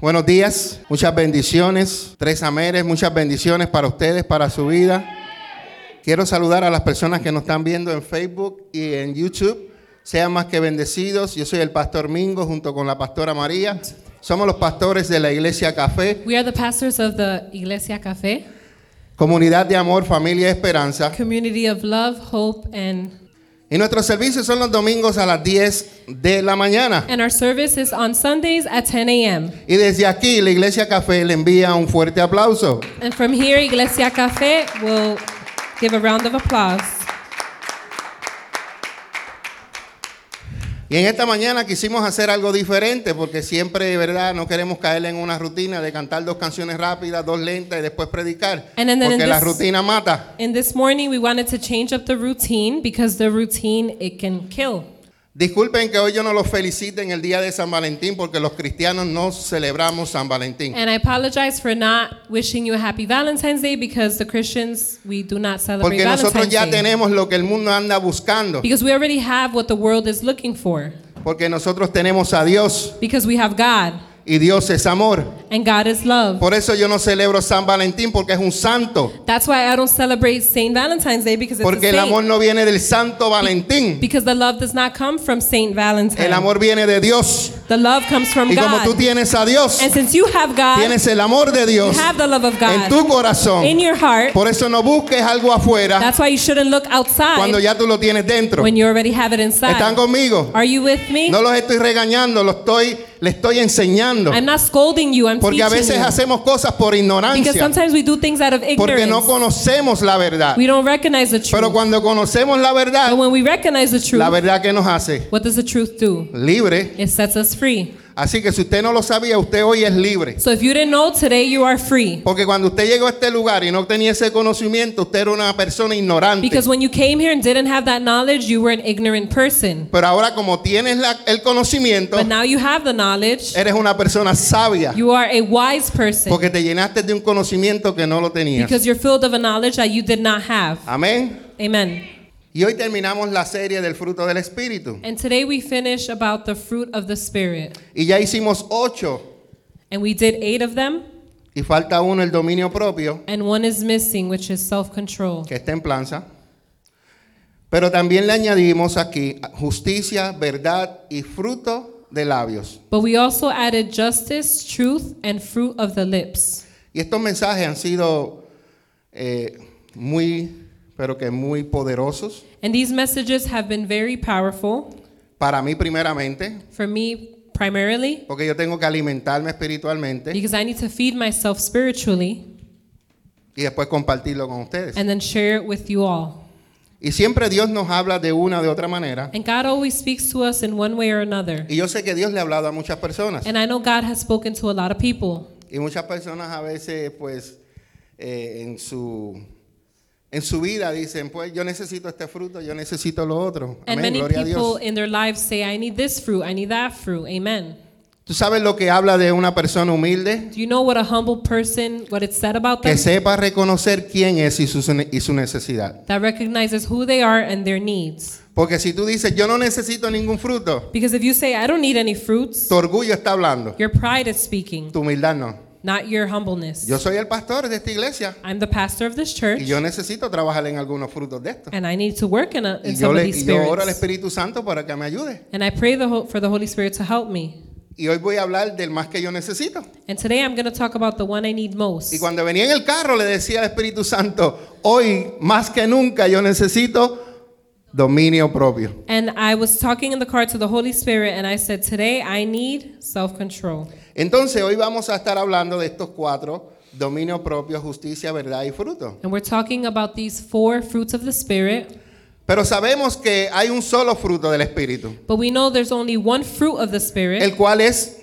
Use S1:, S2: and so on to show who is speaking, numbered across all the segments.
S1: Buenos días, muchas bendiciones. Tres ameres, muchas bendiciones para ustedes, para su vida. Quiero saludar a las personas que nos están viendo en Facebook y en YouTube. Sean más que bendecidos. Yo soy el pastor Mingo junto con la pastora María. Somos los pastores de la Iglesia Café,
S2: We are the pastors of the Iglesia Cafe,
S1: Comunidad de Amor, Familia y Esperanza.
S2: community of love, hope, and
S1: Y nuestros servicios son los domingos a las 10 de la mañana.
S2: and our service is on Sundays at 10 a.m.
S1: Y desde aquí la Iglesia Café le envía un fuerte aplauso.
S2: And from here, Iglesia Cafe will give a round of applause.
S1: Y en esta mañana quisimos hacer algo diferente porque siempre, de verdad, no queremos caer en una rutina de cantar dos canciones rápidas, dos lentas y después predicar.
S2: And then- then
S1: Porque
S2: in
S1: la
S2: this-
S1: rutina mata.
S2: And this morning, we wanted to change up the routine because the routine it can kill.
S1: Disculpen que hoy yo no los felicite en el día de San Valentín porque los cristianos no celebramos San Valentín.
S2: And I apologize for not wishing you a happy Valentine's Day because the Christians we do not celebrate
S1: Porque nosotros
S2: Valentine's
S1: ya
S2: Day.
S1: tenemos lo que el mundo anda buscando.
S2: Because we already have what the world is looking for.
S1: Porque nosotros tenemos a Dios
S2: Because we have God
S1: y Dios es amor.
S2: and God is love.
S1: Por eso yo no celebro San Valentín porque es un santo.
S2: That's why I don't celebrate Saint Valentine's Day because it's
S1: Porque
S2: a
S1: el
S2: saint.
S1: amor no viene del santo Valentín.
S2: because the love does not come from Saint Valentine.
S1: El amor viene de Dios.
S2: the love comes from
S1: Y como
S2: God.
S1: tú tienes a Dios,
S2: and since you have God,
S1: tienes el amor de
S2: you
S1: Dios
S2: have the love of God
S1: en tu corazón.
S2: in your heart.
S1: Por eso no busques algo afuera
S2: That's why you shouldn't look outside
S1: cuando ya tú lo tienes dentro.
S2: when you already have it inside.
S1: ¿Están conmigo?
S2: Are you with me?
S1: No los estoy regañando, los estoy, le estoy enseñando.
S2: I'm not scolding you. I'm
S1: Porque a
S2: teaching
S1: veces
S2: you.
S1: hacemos cosas por
S2: because
S1: ignorancia,
S2: sometimes we do things out of
S1: porque
S2: ignorance.
S1: no conocemos la verdad.
S2: we don't recognize the truth.
S1: Pero cuando conocemos la verdad,
S2: but when we recognize the truth,
S1: la verdad que nos hace
S2: what does the truth do?
S1: libre.
S2: It sets us free.
S1: Así que si usted no lo sabía, usted hoy es libre.
S2: So if you didn't know today, you are free.
S1: Porque cuando usted llegó a este lugar y no tenía ese conocimiento, usted era una persona ignorante.
S2: Because when you came here and didn't have that knowledge, you were an ignorant person.
S1: Pero ahora como tienes la- el conocimiento,
S2: But now you have the knowledge.
S1: eres una persona sabia
S2: Pues You are a wise person
S1: porque te llenaste de un conocimiento que no lo tenías.
S2: because you're filled of a knowledge that you did not have.
S1: Amén.
S2: Amen.
S1: Y hoy terminamos la serie del fruto del Espíritu.
S2: And today we finish about the fruit of the Spirit.
S1: Y ya hicimos ocho
S2: And we did eight of them,
S1: y falta uno, el dominio propio,
S2: and one is missing, which is self control.
S1: que está en planza. Pero también le añadimos aquí justicia, verdad y fruto de labios.
S2: But we also added justice, truth, and fruit of the lips.
S1: Y estos mensajes han sido eh, muy, pero que muy poderosos
S2: And these messages have been very powerful
S1: para mí primeramente,
S2: for me primarily
S1: Porque yo tengo que alimentarme espiritualmente
S2: because I need to feed myself spiritually.
S1: y después compartirlo con ustedes.
S2: and then share it with you all.
S1: Y siempre Dios nos habla de una o de otra manera.
S2: And God always speaks to us in one way or another.
S1: Y yo sé que Dios le ha hablado a muchas personas.
S2: And I know God has spoken to a lot of people.
S1: Y muchas personas a veces, pues, eh, en, su, en su vida dicen, pues, yo necesito este fruto, yo necesito lo otro.
S2: And
S1: Amén,
S2: many
S1: gloria a
S2: people
S1: Dios.
S2: in their lives say, I need this fruit, I need that fruit. Amen.
S1: ¿Tú sabes lo que habla de una persona humilde?
S2: Do you know what a humble person, what it said about them?
S1: Que sepa reconocer quién es y su, y su necesidad.
S2: That recognizes who they are and their needs.
S1: Porque si tú dices, yo no necesito ningún fruto,
S2: Because if you say, I don't need any fruits,
S1: tu orgullo está hablando,
S2: your pride is speaking,
S1: tu humildad no.
S2: not your humbleness.
S1: Yo soy el pastor de esta iglesia
S2: I'm the pastor of this church,
S1: y yo necesito trabajar en algunos frutos de esto.
S2: and I need to work in, a, in
S1: Y
S2: some
S1: yo,
S2: of
S1: le,
S2: these
S1: y yo oro al
S2: spirits.
S1: Espíritu Santo para que me ayude.
S2: And I pray the, ho- for the Holy Spirit to help me.
S1: Y hoy voy a hablar del más que yo necesito.
S2: And today I'm going to talk about the one I need most.
S1: Y cuando venía en el carro le decía al Espíritu Santo, hoy más que nunca yo necesito dominio propio.
S2: And I was talking in the car to the Holy Spirit and I said, Today I need self control.
S1: Entonces hoy vamos a estar hablando de estos cuatro, dominio propio, justicia, verdad y fruto.
S2: And we're talking about these four fruits of the Spirit,
S1: Pero sabemos que hay un solo fruto del Espíritu,
S2: but we know there's only one fruit of the Spirit
S1: el cual es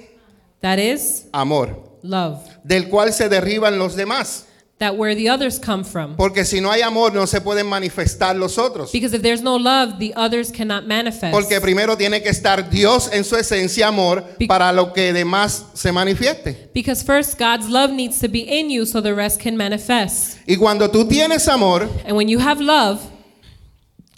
S2: that is
S1: amor,
S2: love,
S1: del cual se derriban los demás.
S2: that where the others come from.
S1: Porque si no hay amor no se pueden manifestar los otros.
S2: Because if there's no love, the others cannot manifest.
S1: Porque primero tiene que estar Dios en su esencia amor
S2: Be-
S1: para lo que demás se manifieste.
S2: because first, God's love needs to be in you so the rest can manifest.
S1: Y cuando tú tienes amor,
S2: And when you have love,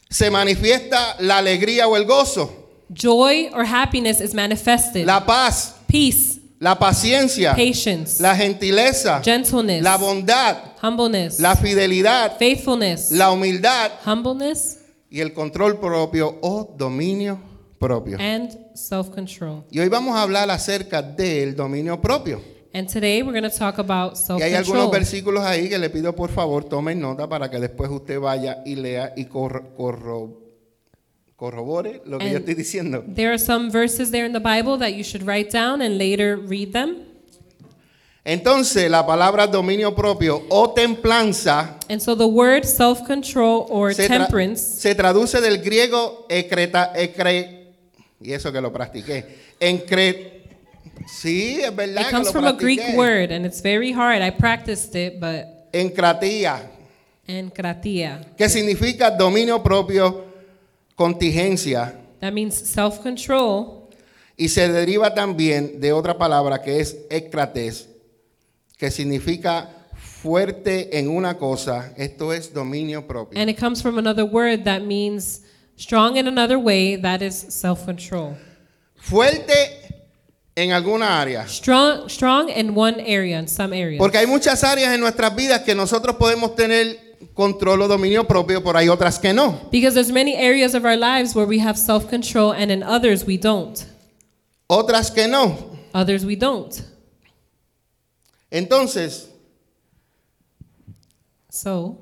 S1: se manifiesta la alegría o el gozo,
S2: joy or happiness is manifested,
S1: la paz,
S2: peace,
S1: la paciencia,
S2: patience,
S1: la gentileza,
S2: gentleness,
S1: la bondad,
S2: humbleness,
S1: la fidelidad,
S2: faithfulness,
S1: la humildad
S2: humbleness,
S1: y el control propio o dominio propio.
S2: and self control.
S1: Y hoy vamos a hablar acerca del dominio propio.
S2: And today we're going to talk about self
S1: Y hay algunos
S2: control.
S1: versículos ahí que le pido por favor tomen nota para que después usted vaya y lea y corro- corro- corrobore lo que yo
S2: And-
S1: estoy diciendo.
S2: There are some verses there in the Bible that you should write down and later read them.
S1: Entonces, la palabra dominio propio o templanza
S2: And so the word self control or
S1: se, tra-
S2: temperance
S1: se traduce del griego ecreta, ecre, y eso que lo practiqué, encre, sí, es verdad
S2: It
S1: que
S2: comes
S1: lo
S2: from a Greek
S1: practiqué.
S2: word, and it's very hard. I practiced it, but
S1: encratía,
S2: and kratia.
S1: que significa dominio propio, contingencia,
S2: That means self-control,
S1: y se deriva también de otra palabra que es ecrates, que significa fuerte en una cosa, esto es dominio propio.
S2: and it comes from another word that means strong in another way. That is self-control.
S1: fuerte en alguna área.
S2: Strong, strong in one area, in some areas.
S1: Porque hay muchas áreas en nuestras vidas que nosotros podemos tener control o dominio propio, pero hay otras que no.
S2: Because there's many areas of our lives where we have self-control, and in others we don't.
S1: Otras que no.
S2: Others we don't.
S1: Entonces,
S2: So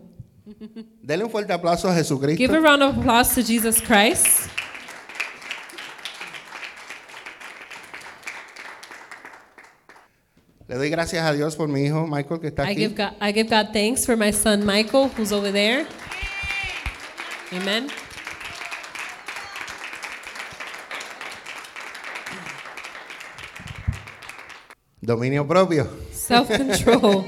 S1: denle un fuerte aplauso a
S2: give
S1: Jesucristo.
S2: a round of applause to Jesus Christ.
S1: Le doy gracias a Dios por mi hijo Michael que está
S2: I give
S1: aquí.
S2: God, I give God thanks for my son Michael, who's over there. Amen.
S1: Dominio propio.
S2: Self control.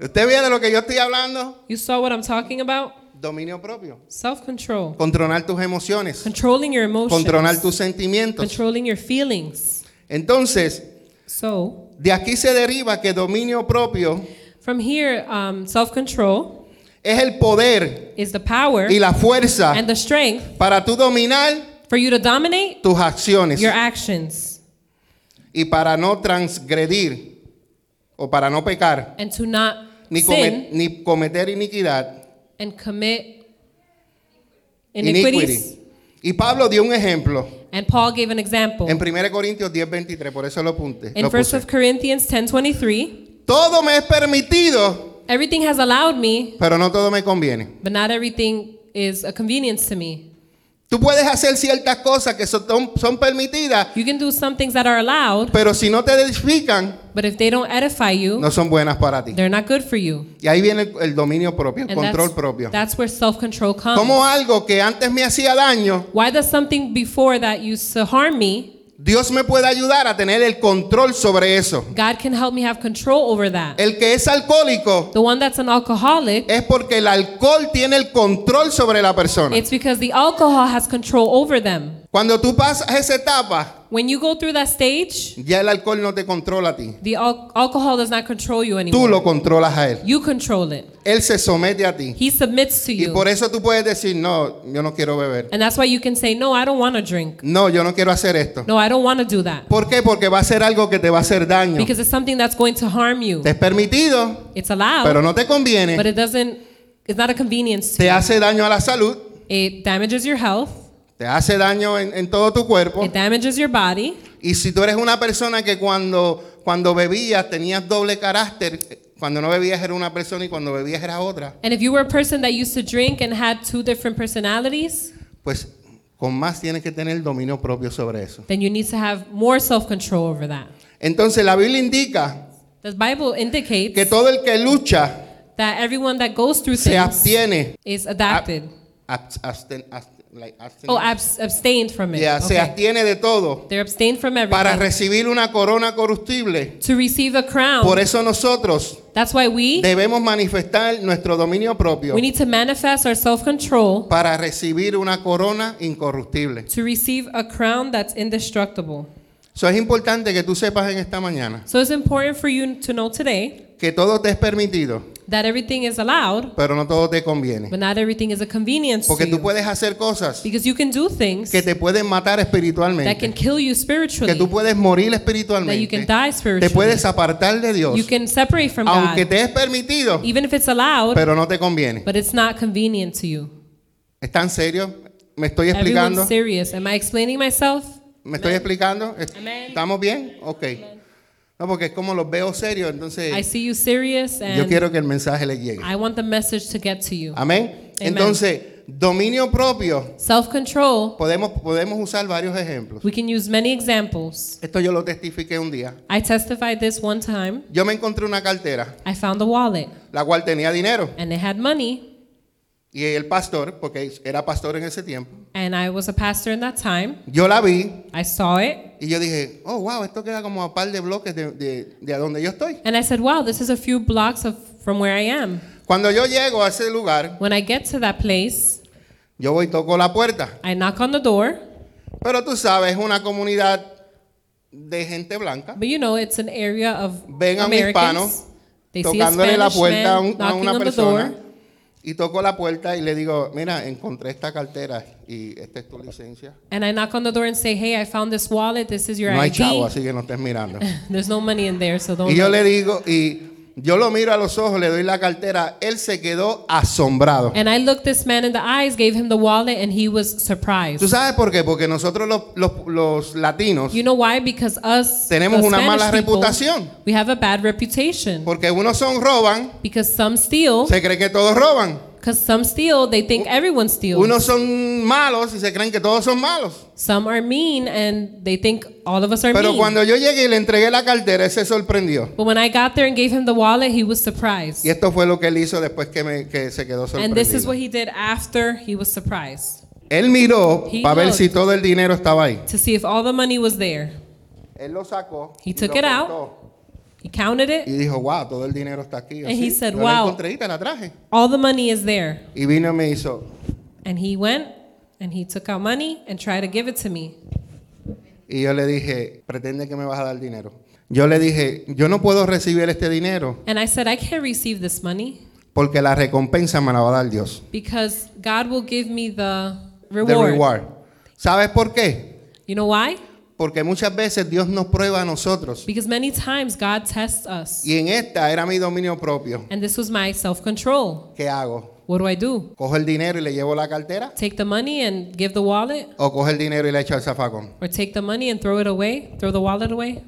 S1: ¿Usted viene de lo que yo estoy hablando?
S2: you saw what I'm talking about?
S1: Dominio propio.
S2: Self control.
S1: Controlar tus emociones.
S2: Controlling your emotions.
S1: Controlar tus sentimientos.
S2: Controlling your feelings.
S1: Entonces,
S2: So,
S1: de aquí se deriva que dominio propio
S2: from here, um, self control
S1: es el poder
S2: is the power
S1: y la fuerza
S2: and the strength
S1: para tú dominar
S2: for you to dominate
S1: tus acciones
S2: your actions
S1: y para no transgredir o para no pecar
S2: and to not
S1: ni, come-
S2: sin
S1: ni cometer iniquidad,
S2: and commit iniquities.
S1: iniquity. Y Pablo dio un ejemplo
S2: And Paul gave an example.
S1: en 1 Corintios 10:23, por eso lo apunté.
S2: In
S1: lo
S2: 1
S1: puse.
S2: Oh. of Corinthians 10:23,
S1: Todo me es permitido,
S2: everything has allowed me,
S1: pero no todo me conviene.
S2: but not everything is a convenience to me.
S1: Tú puedes hacer ciertas cosas que son, son permitidas,
S2: You can do some things that are allowed,
S1: pero si no te edifican,
S2: but if they don't edify you,
S1: no son buenas para ti.
S2: they're not good for you.
S1: Y ahí viene el, el dominio propio, el
S2: And that's, um,
S1: control propio.
S2: that's where self-control comes.
S1: Como algo que antes me hacía daño,
S2: Why does something before that used to harm me,
S1: Dios me puede ayudar a tener el control sobre eso.
S2: God can help me have control over that?
S1: El que es alcohólico
S2: The one that's an alcoholic,
S1: es porque el alcohol tiene el control sobre la persona.
S2: it's because the alcohol has control over them.
S1: Cuando tú pasas esa etapa,
S2: When you go through that stage,
S1: ya el alcohol no te controla a ti.
S2: the al- alcohol does not control you
S1: Tú
S2: anymore.
S1: lo controlas a él.
S2: You control it.
S1: Él se somete a ti.
S2: He submits to
S1: Y
S2: you.
S1: por eso tú puedes decir, no, yo no quiero beber.
S2: And that's why you can say, No, I don't want to drink.
S1: No, yo no quiero hacer esto.
S2: No, I don't want to do that.
S1: ¿Por qué? Porque va a ser algo que te va a hacer daño.
S2: Because it's something that's going to harm you.
S1: Te es permitido,
S2: It's allowed,
S1: Ah, pero no te
S2: but
S1: conviene.
S2: it doesn't, it's not a convenience. To
S1: Te hace daño a la salud,
S2: It damages your health,
S1: te hace daño en, en todo tu cuerpo.
S2: it damages your body.
S1: Y si tú eres una persona que cuando, cuando bebías tenías doble carácter, cuando no bebías era una persona y cuando bebías era otra,
S2: And if you were a person that used to drink and had two different personalities,
S1: pues con más tienes que tener dominio propio sobre eso.
S2: then you need to have more self control over that.
S1: Entonces la Biblia indica
S2: The Bible indicates
S1: que todo el que lucha
S2: that everyone that goes through
S1: se
S2: things
S1: abstiene.
S2: is adapted.
S1: Abs- absten- absten- like, absten-
S2: Oh, abs- abstained from it.
S1: Yeah, Se
S2: Okay.
S1: abstiene de todo
S2: They're abstained from
S1: para
S2: everything.
S1: recibir una corona corruptible.
S2: To receive a
S1: Por
S2: crown.
S1: eso nosotros
S2: That's why we
S1: debemos manifestar nuestro dominio propio
S2: We need to manifest our self control
S1: para recibir una corona incorruptible.
S2: to receive a crown that's indestructible.
S1: So, es importante que tú sepas en esta mañana
S2: So it's important for you to know today
S1: que que todo te es permitido,
S2: that everything is allowed,
S1: pero no todo te conviene.
S2: but not everything is a convenience to
S1: Porque tú
S2: you.
S1: puedes hacer cosas
S2: Because you can do things
S1: que te pueden matar
S2: that can
S1: espiritualmente,
S2: kill
S1: que
S2: you
S1: tú
S2: spiritually,
S1: puedes morir
S2: that you
S1: espiritualmente,
S2: can die
S1: te
S2: spiritually.
S1: puedes apartar de Dios,
S2: You can separate from
S1: aunque
S2: God,
S1: te es permitido,
S2: even if it's allowed,
S1: pero no te conviene.
S2: but it's not convenient to you.
S1: ¿Están serios? ¿Me estoy explicando?
S2: Everyone's serious. Am I explaining myself?
S1: ¿Me estoy explicando? ¿Est-
S2: Amén.
S1: ¿Estamos bien? Ok. No, porque es como los veo serios,
S2: I
S1: entonces
S2: see you serious,
S1: yo
S2: and
S1: quiero que el mensaje les llegue.
S2: I want the message to get to you.
S1: Amén. Entonces, dominio propio,
S2: Self control,
S1: podemos, podemos usar varios ejemplos.
S2: we can use many examples.
S1: Esto yo lo testifiqué un día.
S2: I testified this one time.
S1: Yo me encontré una cartera,
S2: I found a wallet,
S1: la cual tenía dinero,
S2: and it had money,
S1: y el pastor, porque era pastor en ese tiempo,
S2: and I was a pastor in that time.
S1: yo la vi
S2: I saw it,
S1: y yo dije, oh, wow, esto queda como a par de bloques de, de, de a donde yo estoy.
S2: and I said, "Wow, this is a few blocks of from where I am."
S1: Cuando yo llego a ese lugar,
S2: When I get to that place,
S1: yo voy y toco la puerta.
S2: I knock on the door,
S1: Pero tú sabes, es una comunidad de gente blanca.
S2: but you know, it's an area of
S1: Ven a un hispano
S2: Americans. They see a
S1: tocándole la
S2: Spanish
S1: puerta a,
S2: man
S1: un- a
S2: knocking
S1: una
S2: on the door.
S1: persona. Y toco la puerta y le digo, mira, encontré esta cartera y esta es tu licencia.
S2: And I knock on the door and say, hey, I found this wallet. This is your
S1: No hay
S2: ID.
S1: chavo, así que no estés mirando.
S2: There's no money in there, so don't.
S1: Y yo
S2: look.
S1: le digo, y yo lo miro a los ojos, le doy la cartera. Él se quedó asombrado.
S2: And I looked this man in the eyes, gave him the wallet, and he was
S1: ¿Tú
S2: surprised.
S1: sabes por qué? Porque nosotros los, los- los latinos,
S2: You know why? Because us, the
S1: Tenemos una
S2: Spanish
S1: mala
S2: people,
S1: reputación.
S2: we have a bad reputation.
S1: porque unos son roban,
S2: Because some steal,
S1: se cree que todos roban.
S2: because some steal, they think everyone steals.
S1: Unos son malos y se creen que todos son malos.
S2: some are mean, and they think all of us are
S1: Pero
S2: mean.
S1: cuando yo llegué y le entregué la cartera, él se sorprendió.
S2: but when I got there and gave him the wallet, he was surprised.
S1: Y esto fue lo que él hizo después que, me- que se quedó
S2: and this is
S1: sorprendido.
S2: what he did after he was surprised
S1: Él miró
S2: He
S1: para ver
S2: looked.
S1: si todo el dinero estaba ahí.
S2: to see if all the money was there.
S1: Él lo sacó
S2: He
S1: y,
S2: took
S1: lo
S2: it out.
S1: contó.
S2: He counted it.
S1: y dijo, wow, todo el dinero está aquí. Yo,
S2: And
S1: "Sí,
S2: he said,
S1: yo la
S2: "Wow."
S1: encontré y te la traje.
S2: All the money is there.
S1: Y vino y me hizo,
S2: And he went and he took out money and tried to give it to me.
S1: y yo le dije, pretende que me vas a dar dinero. Yo le dije, yo no puedo recibir este dinero
S2: And I said, I can't receive this money
S1: porque la recompensa me la va a dar Dios.
S2: because God will give me the
S1: The
S2: reward.
S1: reward. ¿Sabes por qué?
S2: You know why?
S1: Porque muchas veces Dios nos prueba a nosotros.
S2: Because many times God tests us.
S1: Y en esta era mi dominio propio.
S2: And this was my self control.
S1: ¿Qué hago?
S2: What do I do?
S1: ¿Cojo el dinero y le llevo la cartera?
S2: Take the money and give the wallet?
S1: ¿O cojo el dinero y le echo al zafacón?
S2: Or take the money and throw it away? Throw the wallet away?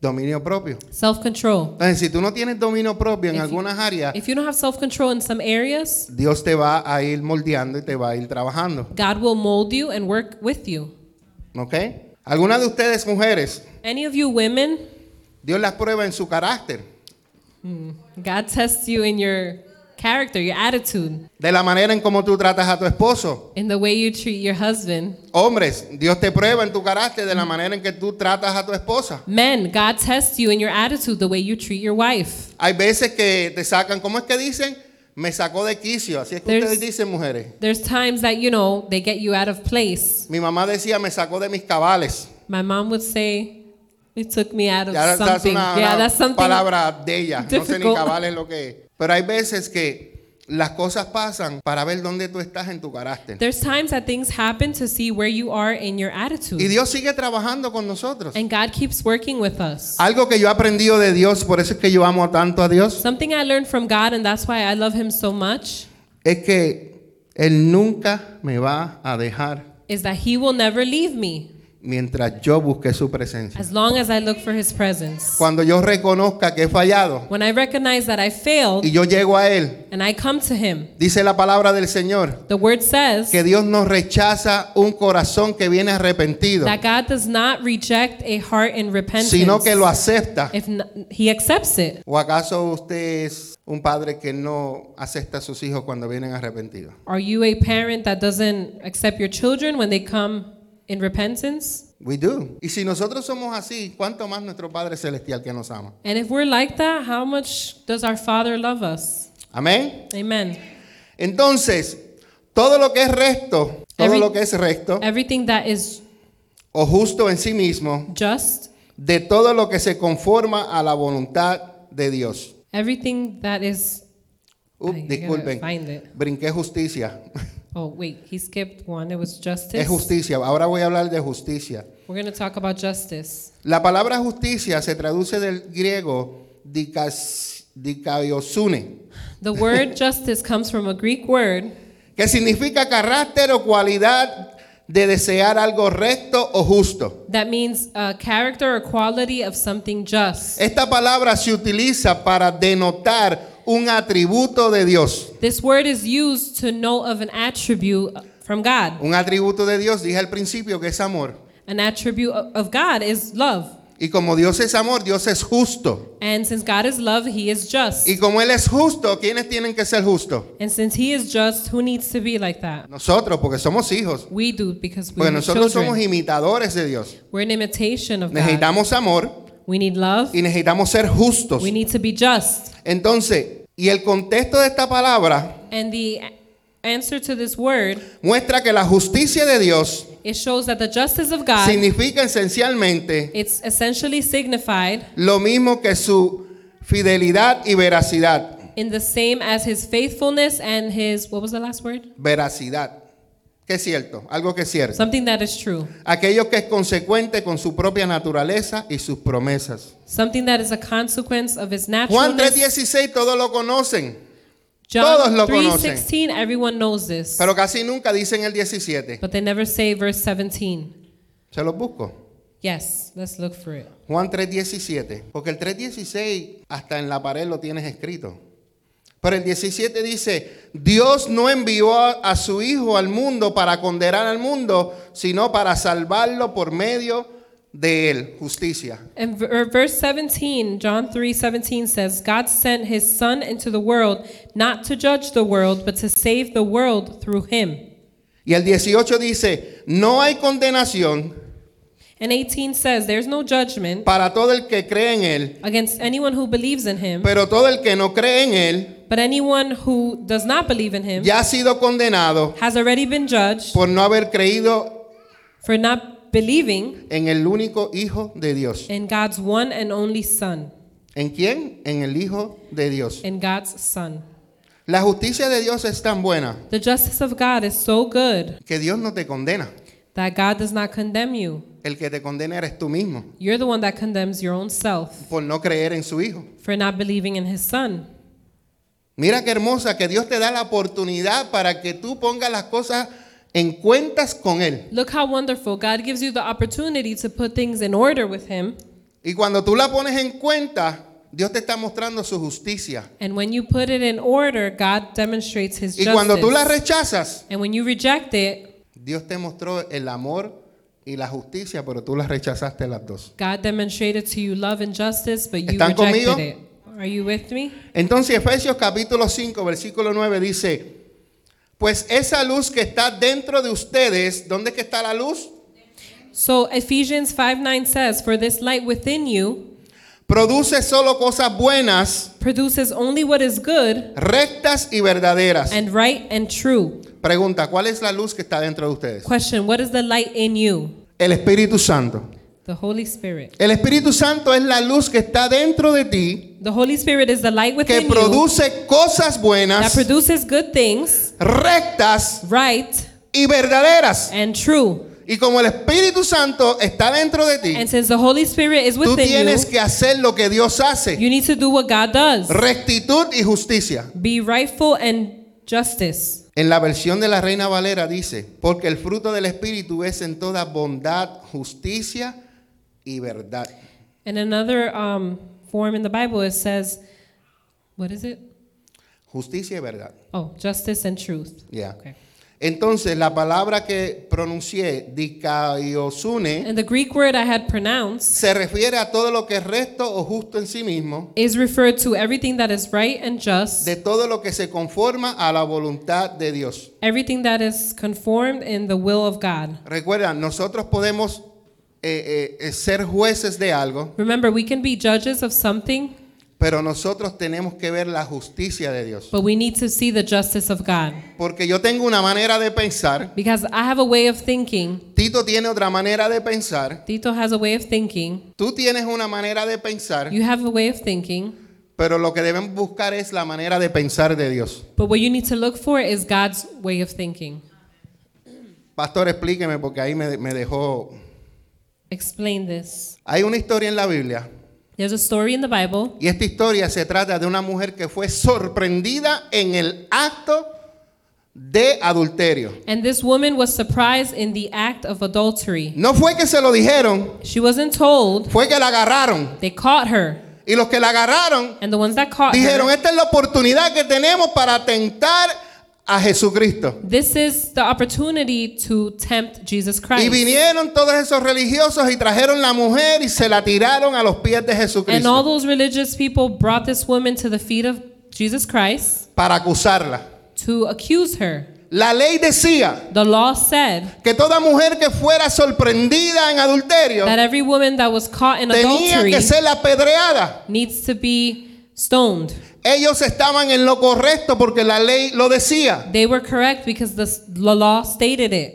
S1: Dominio propio.
S2: Self control.
S1: Entonces, si tú no tienes dominio propio en
S2: If you-
S1: algunas áreas,
S2: If you don't have self control in some areas,
S1: Dios te va a ir moldeando y te va a ir trabajando.
S2: God will mold you and work with you.
S1: ¿Ok? Algunas de ustedes, mujeres,
S2: Any of you women,
S1: Dios las prueba en su carácter,
S2: God tests you in your character, your attitude,
S1: de la manera en cómo tú tratas a tu esposo.
S2: in the way you treat your husband.
S1: Hombres, Dios te prueba en tu carácter de la manera en que tú tratas a tu esposa.
S2: Men, God tests you in your attitude, the way you treat your wife.
S1: Hay veces que te sacan, ¿cómo es que dicen? Me sacó de quicio. Así es que
S2: There's-
S1: ustedes dicen, mujeres.
S2: There's times that, you know, they get you out of place.
S1: Mi mamá decía, me sacó de mis cabales.
S2: My mom would say, It took me out of
S1: Ya esa es
S2: something.
S1: una,
S2: yeah,
S1: una
S2: that's something.
S1: palabra de ella. No sé ni
S2: difficult.
S1: cabales lo que es. Pero hay veces que las cosas pasan para ver dónde tú estás en tu carácter.
S2: There's times that things happen to see where you are in your
S1: Y
S2: attitude.
S1: Dios sigue trabajando con nosotros.
S2: And God keeps working with us.
S1: Algo que yo he aprendido de Dios, por eso es que yo amo tanto a Dios,
S2: Something I learned from God, and that's why I love Him so much,
S1: es que Él nunca me va a dejar
S2: is that He will never leave me
S1: mientras yo busque su presencia.
S2: as long as I look for His presence.
S1: Cuando yo reconozca que he fallado
S2: When I recognize that I failed
S1: y yo llego a Él,
S2: and I come to Him,
S1: dice la palabra del Señor,
S2: the word says
S1: que Dios nos rechaza un corazón que viene arrepentido,
S2: that God does not reject a heart in repentance,
S1: sino que lo acepta.
S2: if n- He accepts it.
S1: ¿O acaso usted es un padre que no acepta a sus hijos cuando vienen arrepentidos?
S2: Are you a parent that doesn't accept your children when they come in repentance?
S1: We do. Y si nosotros somos así, ¿cuánto más nuestro Padre Celestial que nos ama?
S2: And if we're like that, how much does our Father love us?
S1: Amén.
S2: Amen.
S1: Entonces, todo lo que es recto, todo
S2: Every-
S1: lo que es recto
S2: Everything that is
S1: o justo en sí mismo,
S2: just
S1: de todo lo que se conforma a la voluntad de Dios.
S2: Everything that is.
S1: Up,
S2: I- I gotta
S1: disculpen.
S2: Find it.
S1: Brinqué justicia.
S2: Oh, wait, he skipped one. It was justice.
S1: Es justicia. Ahora voy a hablar de justicia.
S2: We're going to talk about justice.
S1: La palabra justicia se traduce del griego dikas- dikaiosune,
S2: The word justice comes from a Greek word
S1: que significa carácter o cualidad de desear algo recto o justo.
S2: that means uh, character or quality of something just.
S1: Esta palabra se utiliza para denotar un atributo de Dios.
S2: This word is used to know of an attribute from God.
S1: Un atributo de Dios, dije al principio, que es amor.
S2: An attribute of of God is love.
S1: Y como Dios es amor, Dios es justo.
S2: And since God is love, he is just.
S1: Y como Él es justo, ¿quiénes tienen que ser justos?
S2: And since he is just, who needs to be like that?
S1: Nosotros, porque somos hijos.
S2: We do because we
S1: Porque
S2: are
S1: nosotros somos
S2: Mm, children.
S1: imitadores de Dios.
S2: We're an imitation of God.
S1: Necesitamos amor
S2: We need love.
S1: y necesitamos ser justos.
S2: We need to be just.
S1: Entonces, y el contexto de esta palabra
S2: And the a- answer to this word,
S1: muestra que la justicia de Dios
S2: it shows that the justice of God,
S1: significa esencialmente
S2: it's essentially signified
S1: lo mismo que su fidelidad y veracidad.
S2: in the same as his faithfulness and his, what was the last word?
S1: Veracidad. Que es cierto, algo que es cierto.
S2: Something that is true.
S1: Aquello que es consecuente con su propia naturaleza y sus promesas.
S2: Something that is a consequence of his
S1: Juan
S2: naturalness.
S1: 3:16 todos lo conocen, todos lo
S2: John
S1: conocen.
S2: 3.16, everyone knows this.
S1: pero casi nunca dicen el 17.
S2: But they never say verse 17.
S1: Se los busco.
S2: Yes, let's look for it.
S1: Juan 3:17, porque el 3:16 hasta en la pared lo tienes escrito. Pero el 17 dice, Dios no envió a, a su hijo al mundo para condenar al mundo, sino para salvarlo por medio de él, justicia.
S2: And v- or verse 17, John 3 17 says, God sent his son into the world not to judge the world, but to save the world through him.
S1: Y el 18 dice, no hay condenación
S2: And 18 says, There's no judgment
S1: para todo el que cree en él,
S2: against anyone who believes in him,
S1: pero todo el que no cree en él
S2: but anyone who does not believe in him
S1: ya ha sido condenado
S2: has already been judged
S1: por no haber creído
S2: for not believing
S1: en el único Hijo de Dios.
S2: in God's one and only Son,
S1: ¿En quién? En el Hijo de Dios.
S2: in God's Son.
S1: La justicia de Dios es tan buena
S2: The justice of God is so good
S1: que Dios no te condena.
S2: that God does not condemn you.
S1: El que te condena eres tú mismo
S2: You're the one that condemns your own self
S1: por no creer en su Hijo.
S2: for not believing in his son.
S1: Mira qué hermosa que Dios te da la oportunidad para que tú pongas las cosas en cuentas con Él.
S2: Look how wonderful. God gives you the opportunity to put things in order with him.
S1: Y cuando tú la pones en cuenta, Dios te está mostrando su justicia.
S2: And when you put it in order, God demonstrates his
S1: Y
S2: justice.
S1: cuando tú la rechazas,
S2: and when you reject it,
S1: Dios te mostró el amor y la justicia, pero tú las rechazaste las dos.
S2: God demonstrated to you love and justice, but you
S1: ¿Están
S2: rejected
S1: conmigo?
S2: it. Are you with me?
S1: Entonces Efesios capítulo 5, versículo 9 dice, pues esa luz que está dentro de ustedes, ¿dónde es que está la luz?
S2: So Ephesians 5 9 says, For this light within you
S1: Produce solo cosas buenas,
S2: produces only what is good
S1: rectas y verdaderas.
S2: and right and true.
S1: Pregunta, ¿cuál es la luz que está dentro de ustedes?
S2: Question What is the light in you?
S1: El Espíritu Santo.
S2: The Holy Spirit.
S1: El Espíritu Santo es la luz que está dentro de ti,
S2: The Holy Spirit is the light
S1: que
S2: within you
S1: produce cosas
S2: that
S1: buenas,
S2: produces good things,
S1: rectas
S2: right
S1: y verdaderas.
S2: and true.
S1: Y como el Espíritu Santo está dentro de ti,
S2: And since the Holy Spirit is
S1: tú
S2: within
S1: tienes
S2: you,
S1: que hacer lo que Dios hace.
S2: you need to do what God does.
S1: rectitud y justicia.
S2: Be rightful and justice.
S1: En la versión de la Reina Valera dice, porque el fruto del Espíritu es en toda bondad, justicia y verdad.
S2: And another um, form in the Bible, it says, what is it?
S1: Justicia y verdad.
S2: Oh, justice and truth.
S1: Ya.
S2: Okay.
S1: Entonces, la palabra que pronuncié, dikaiosune,
S2: And the Greek word I had pronounced
S1: se refiere a todo lo que es recto o justo en sí mismo,
S2: is referred to everything that is right and just,
S1: de todo lo que se conforma a la voluntad de Dios.
S2: everything that is conformed in the will of God.
S1: Recuerda, nosotros podemos eh, eh, eh, ser jueces de algo,
S2: Remember, we can be judges of something,
S1: pero nosotros tenemos que ver la justicia de Dios.
S2: but we need to see the justice of God.
S1: Porque yo tengo una manera de pensar,
S2: Because I have a way of thinking.
S1: Tito tiene otra manera de pensar,
S2: Tito has a way of thinking.
S1: tú tienes una manera de pensar,
S2: You have a way of thinking.
S1: Pero lo que debemos buscar es la manera de pensar de Dios.
S2: But what you need to look for is God's way of thinking.
S1: Pastor, explíqueme porque ahí me, me dejó...
S2: Explain this.
S1: Hay una historia en la Biblia
S2: There's a story in the Bible,
S1: y esta historia se trata de una mujer que fue sorprendida en el acto de adulterio.
S2: and this woman was surprised in the act of adultery.
S1: No fue que se lo dijeron,
S2: She wasn't told,
S1: fue que la agarraron.
S2: they caught her.
S1: Y los que la agarraron
S2: And the ones that caught
S1: dijeron,
S2: her,
S1: esta es la oportunidad que tenemos para tentar a Jesucristo.
S2: this is the opportunity to tempt Jesus
S1: Y
S2: Christ.
S1: vinieron todos esos religiosos y trajeron la mujer y se la tiraron a los pies de
S2: And all
S1: Jesucristo
S2: those religious people brought this woman to the feet of Jesus Christ
S1: para acusarla.
S2: to accuse her.
S1: La ley decía
S2: The law said
S1: que toda mujer que fuera sorprendida en adulterio
S2: that every woman that was caught in
S1: tenía
S2: adultery
S1: que ser apedreada.
S2: needs to be stoned.
S1: Ellos estaban en lo correcto porque la ley lo decía.
S2: They were correct because the, s- the law stated it.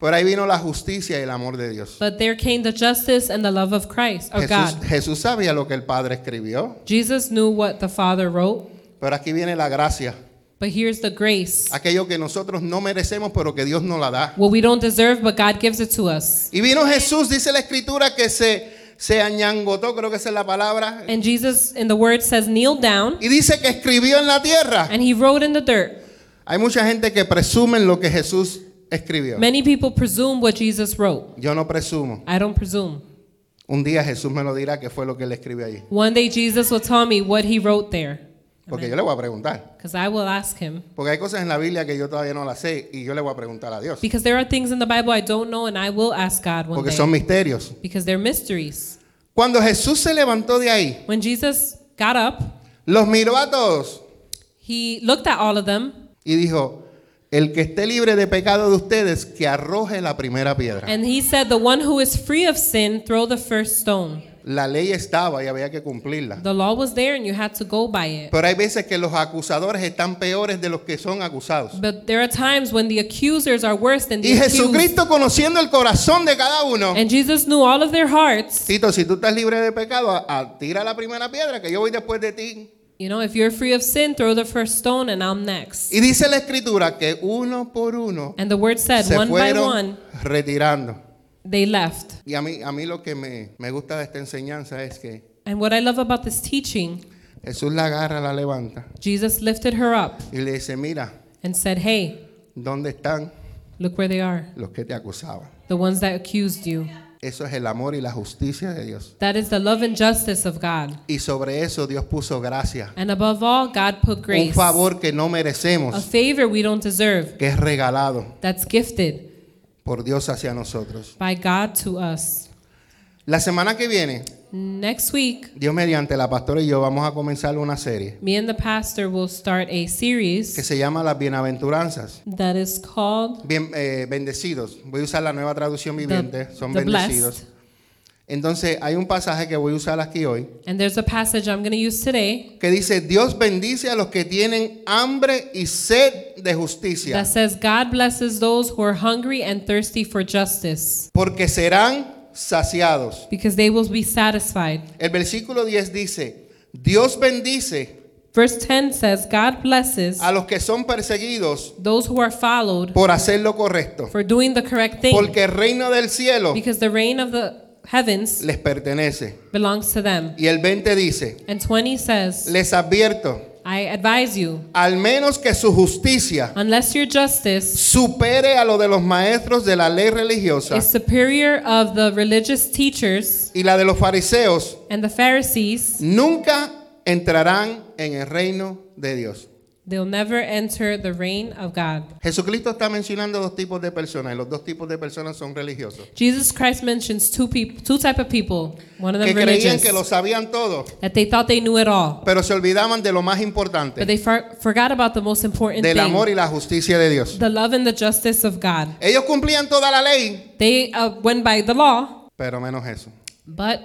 S1: Pero ahí vino la justicia y el amor de Dios.
S2: But there came the justice and the love of Christ, or
S1: Jesús,
S2: Oh, God.
S1: Jesús sabía lo que el Padre escribió,
S2: Jesus knew what the Father wrote,
S1: pero aquí viene la gracia.
S2: but here's the grace.
S1: aquello que nosotros no merecemos, pero que Dios nos la da.
S2: What we don't deserve, but God gives it to us.
S1: Y vino Jesús, dice la escritura, que se, se añangotó, creo que esa es la palabra,
S2: And Jesus, in the word, says, kneel down,
S1: y dice que escribió en la tierra.
S2: and he wrote in the dirt.
S1: Hay mucha gente que presume lo que Jesús escribió.
S2: Many people presume what Jesus wrote.
S1: Yo no presumo.
S2: I don't presume.
S1: Un día Jesús me lo dirá que fue lo que él escribió allí.
S2: One day Jesus will tell me what he wrote there.
S1: Porque yo le voy a preguntar.
S2: Because I will ask him.
S1: Porque hay cosas en la Biblia que yo todavía no las sé y yo le voy a preguntar a Dios.
S2: Because there are things in the Bible I don't know, and I will ask God one
S1: Porque
S2: day.
S1: son misterios.
S2: Because they're mysteries.
S1: Cuando Jesús se levantó de ahí,
S2: When Jesus got up,
S1: los miró a todos
S2: he looked at all of them,
S1: y dijo, el que esté libre de pecado de ustedes, que arroje la primera piedra.
S2: and he said, The one who is free of sin, throw the first stone.
S1: La ley estaba y había que cumplirla.
S2: The law was there, and you had to go by it.
S1: Pero hay veces que los acusadores están peores de los que son acusados.
S2: But there are times when the accusers are worse than the
S1: Y
S2: accused.
S1: Jesucristo conociendo el corazón de cada uno.
S2: And Jesus knew all of their hearts.
S1: Tito, si tú estás libre de pecado, a- a- tira la primera piedra que yo voy después de ti.
S2: You know, if you're free of sin, throw the first stone, and I'm next.
S1: Y dice la escritura que uno por uno
S2: And the word said,
S1: se
S2: one by
S1: fueron
S2: one,
S1: retirando.
S2: they left.
S1: Y a mí, a mí lo que me, me gusta de esta enseñanza es que
S2: And what I love about this teaching,
S1: Jesús la agarra, la levanta
S2: Jesus lifted her up
S1: y le dice, mira,
S2: and said, Hey,
S1: ¿dónde están
S2: look where they are,
S1: los que te acusaban?
S2: the ones that accused you.
S1: Eso es el amor y la justicia de Dios.
S2: That is the love and justice of God.
S1: Y sobre eso Dios puso gracia.
S2: And above all, God put
S1: Un
S2: grace,
S1: favor que no
S2: a
S1: merecemos,
S2: favor we don't deserve,
S1: que es regalado
S2: that's gifted
S1: por Dios hacia nosotros.
S2: by God to us.
S1: La semana que viene,
S2: Next week,
S1: Dios mediante la pastora y yo vamos a comenzar una serie
S2: me and the pastor will start a
S1: que
S2: series
S1: se llama Las Bienaventuranzas.
S2: that is called
S1: Bien, eh, bendecidos. Voy a usar la nueva traducción
S2: The,
S1: viviente. Son
S2: The
S1: bendecidos.
S2: Blessed.
S1: Entonces hay un pasaje que voy a usar aquí hoy
S2: And there's a passage I'm going to use today
S1: que dice, Dios bendice a los que tienen hambre y sed de justicia,
S2: that says, God blesses those who are hungry and thirsty for justice.
S1: porque serán saciados.
S2: because they will be satisfied.
S1: El versículo 10 dice, Dios bendice
S2: Verse 10 says, God blesses
S1: a los que son perseguidos
S2: those who are followed
S1: por hacer lo correcto,
S2: for doing the correct thing,
S1: porque el reino del cielo
S2: because the reign of the heavens
S1: les pertenece.
S2: belongs to them.
S1: Y el 20 dice,
S2: And 20 says,
S1: les advierto,
S2: I advise you,
S1: al menos que su justicia
S2: unless your justice
S1: supere a lo de los maestros de la ley religiosa
S2: is superior of the religious teachers
S1: y la de los fariseos,
S2: and the Pharisees,
S1: nunca entrarán en el reino de Dios.
S2: they'll never enter the reign of God.
S1: Jesucristo está mencionando dos tipos de personas y los dos tipos de personas son religiosos.
S2: Jesus Christ mentions two people, two type of people, one of
S1: Que
S2: them
S1: creían
S2: religious,
S1: que lo sabían todo,
S2: that they thought they knew it all,
S1: pero se olvidaban de lo más
S2: but
S1: importante,
S2: they for, forgot about the most important
S1: del
S2: thing,
S1: amor y la justicia de Dios.
S2: the love and the justice of God.
S1: Ellos cumplían toda la ley,
S2: They uh, went by the law,
S1: pero menos eso.
S2: but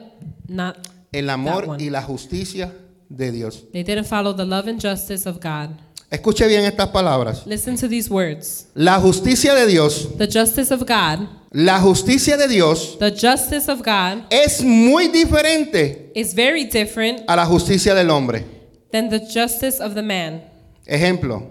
S2: not
S1: El
S2: That
S1: amor
S2: one.
S1: y la justicia de Dios.
S2: they didn't follow the love and justice of God.
S1: Escuche bien estas palabras.
S2: Listen to these words.
S1: La justicia de Dios,
S2: The justice of God,
S1: la justicia de Dios
S2: the justice of God
S1: es muy diferente
S2: is very different
S1: a la justicia del hombre.
S2: than the justice of the man.
S1: Ejemplo,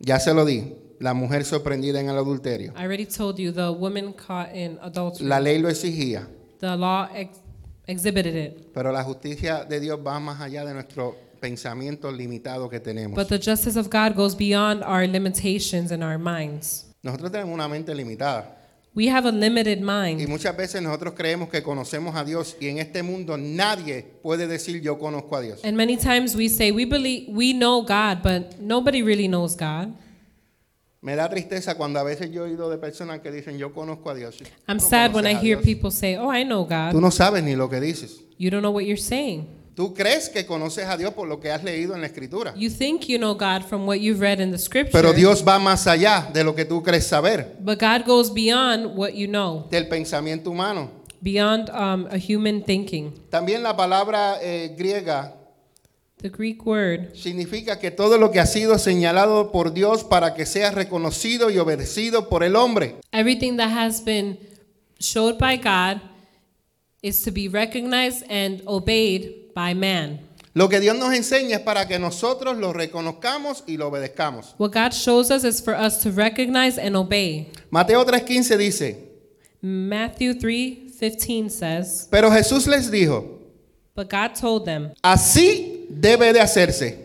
S1: ya se lo di, la mujer sorprendida en el adulterio.
S2: I already told you the woman caught in adultery.
S1: La ley lo exigía,
S2: The law ex- exhibited it.
S1: pero la justicia de Dios va más allá de nuestro pensamiento limitado que tenemos.
S2: But the justice of God goes beyond our limitations and our minds.
S1: Nosotros tenemos una mente limitada
S2: We have a limited
S1: y
S2: mind.
S1: muchas veces nosotros creemos que conocemos a Dios y en este mundo nadie puede decir yo conozco a Dios.
S2: And many times we say we believe we know God, but nobody really knows God.
S1: Me da tristeza cuando a veces yo he oído de personas que dicen yo conozco a Dios.
S2: I'm
S1: No
S2: sad when I
S1: conoces a
S2: hear
S1: Dios.
S2: people say, "Oh, I know
S1: Tú
S2: God."
S1: no sabes ni lo que dices.
S2: You don't know what you're saying.
S1: Tú crees que conoces a Dios por lo que has leído en la escritura.
S2: You think you know God from what you've read in the scripture.
S1: Pero Dios va más allá de lo que tú crees saber,
S2: But God goes beyond what you know,
S1: del pensamiento humano.
S2: beyond um, a human thinking.
S1: También la palabra eh, griega
S2: The Greek word
S1: significa que todo lo que ha sido señalado por Dios para que sea reconocido y obedecido por el hombre.
S2: Everything that has been showed by God is to be recognized and obeyed by man.
S1: Lo que Dios nos enseña es para que nosotros lo reconozcamos y lo obedezcamos.
S2: What God shows us is for us to recognize and obey.
S1: Mateo 3:15 dice,
S2: Matthew 3:15 says,
S1: pero Jesús les dijo,
S2: "But God told them,
S1: así debe de hacerse,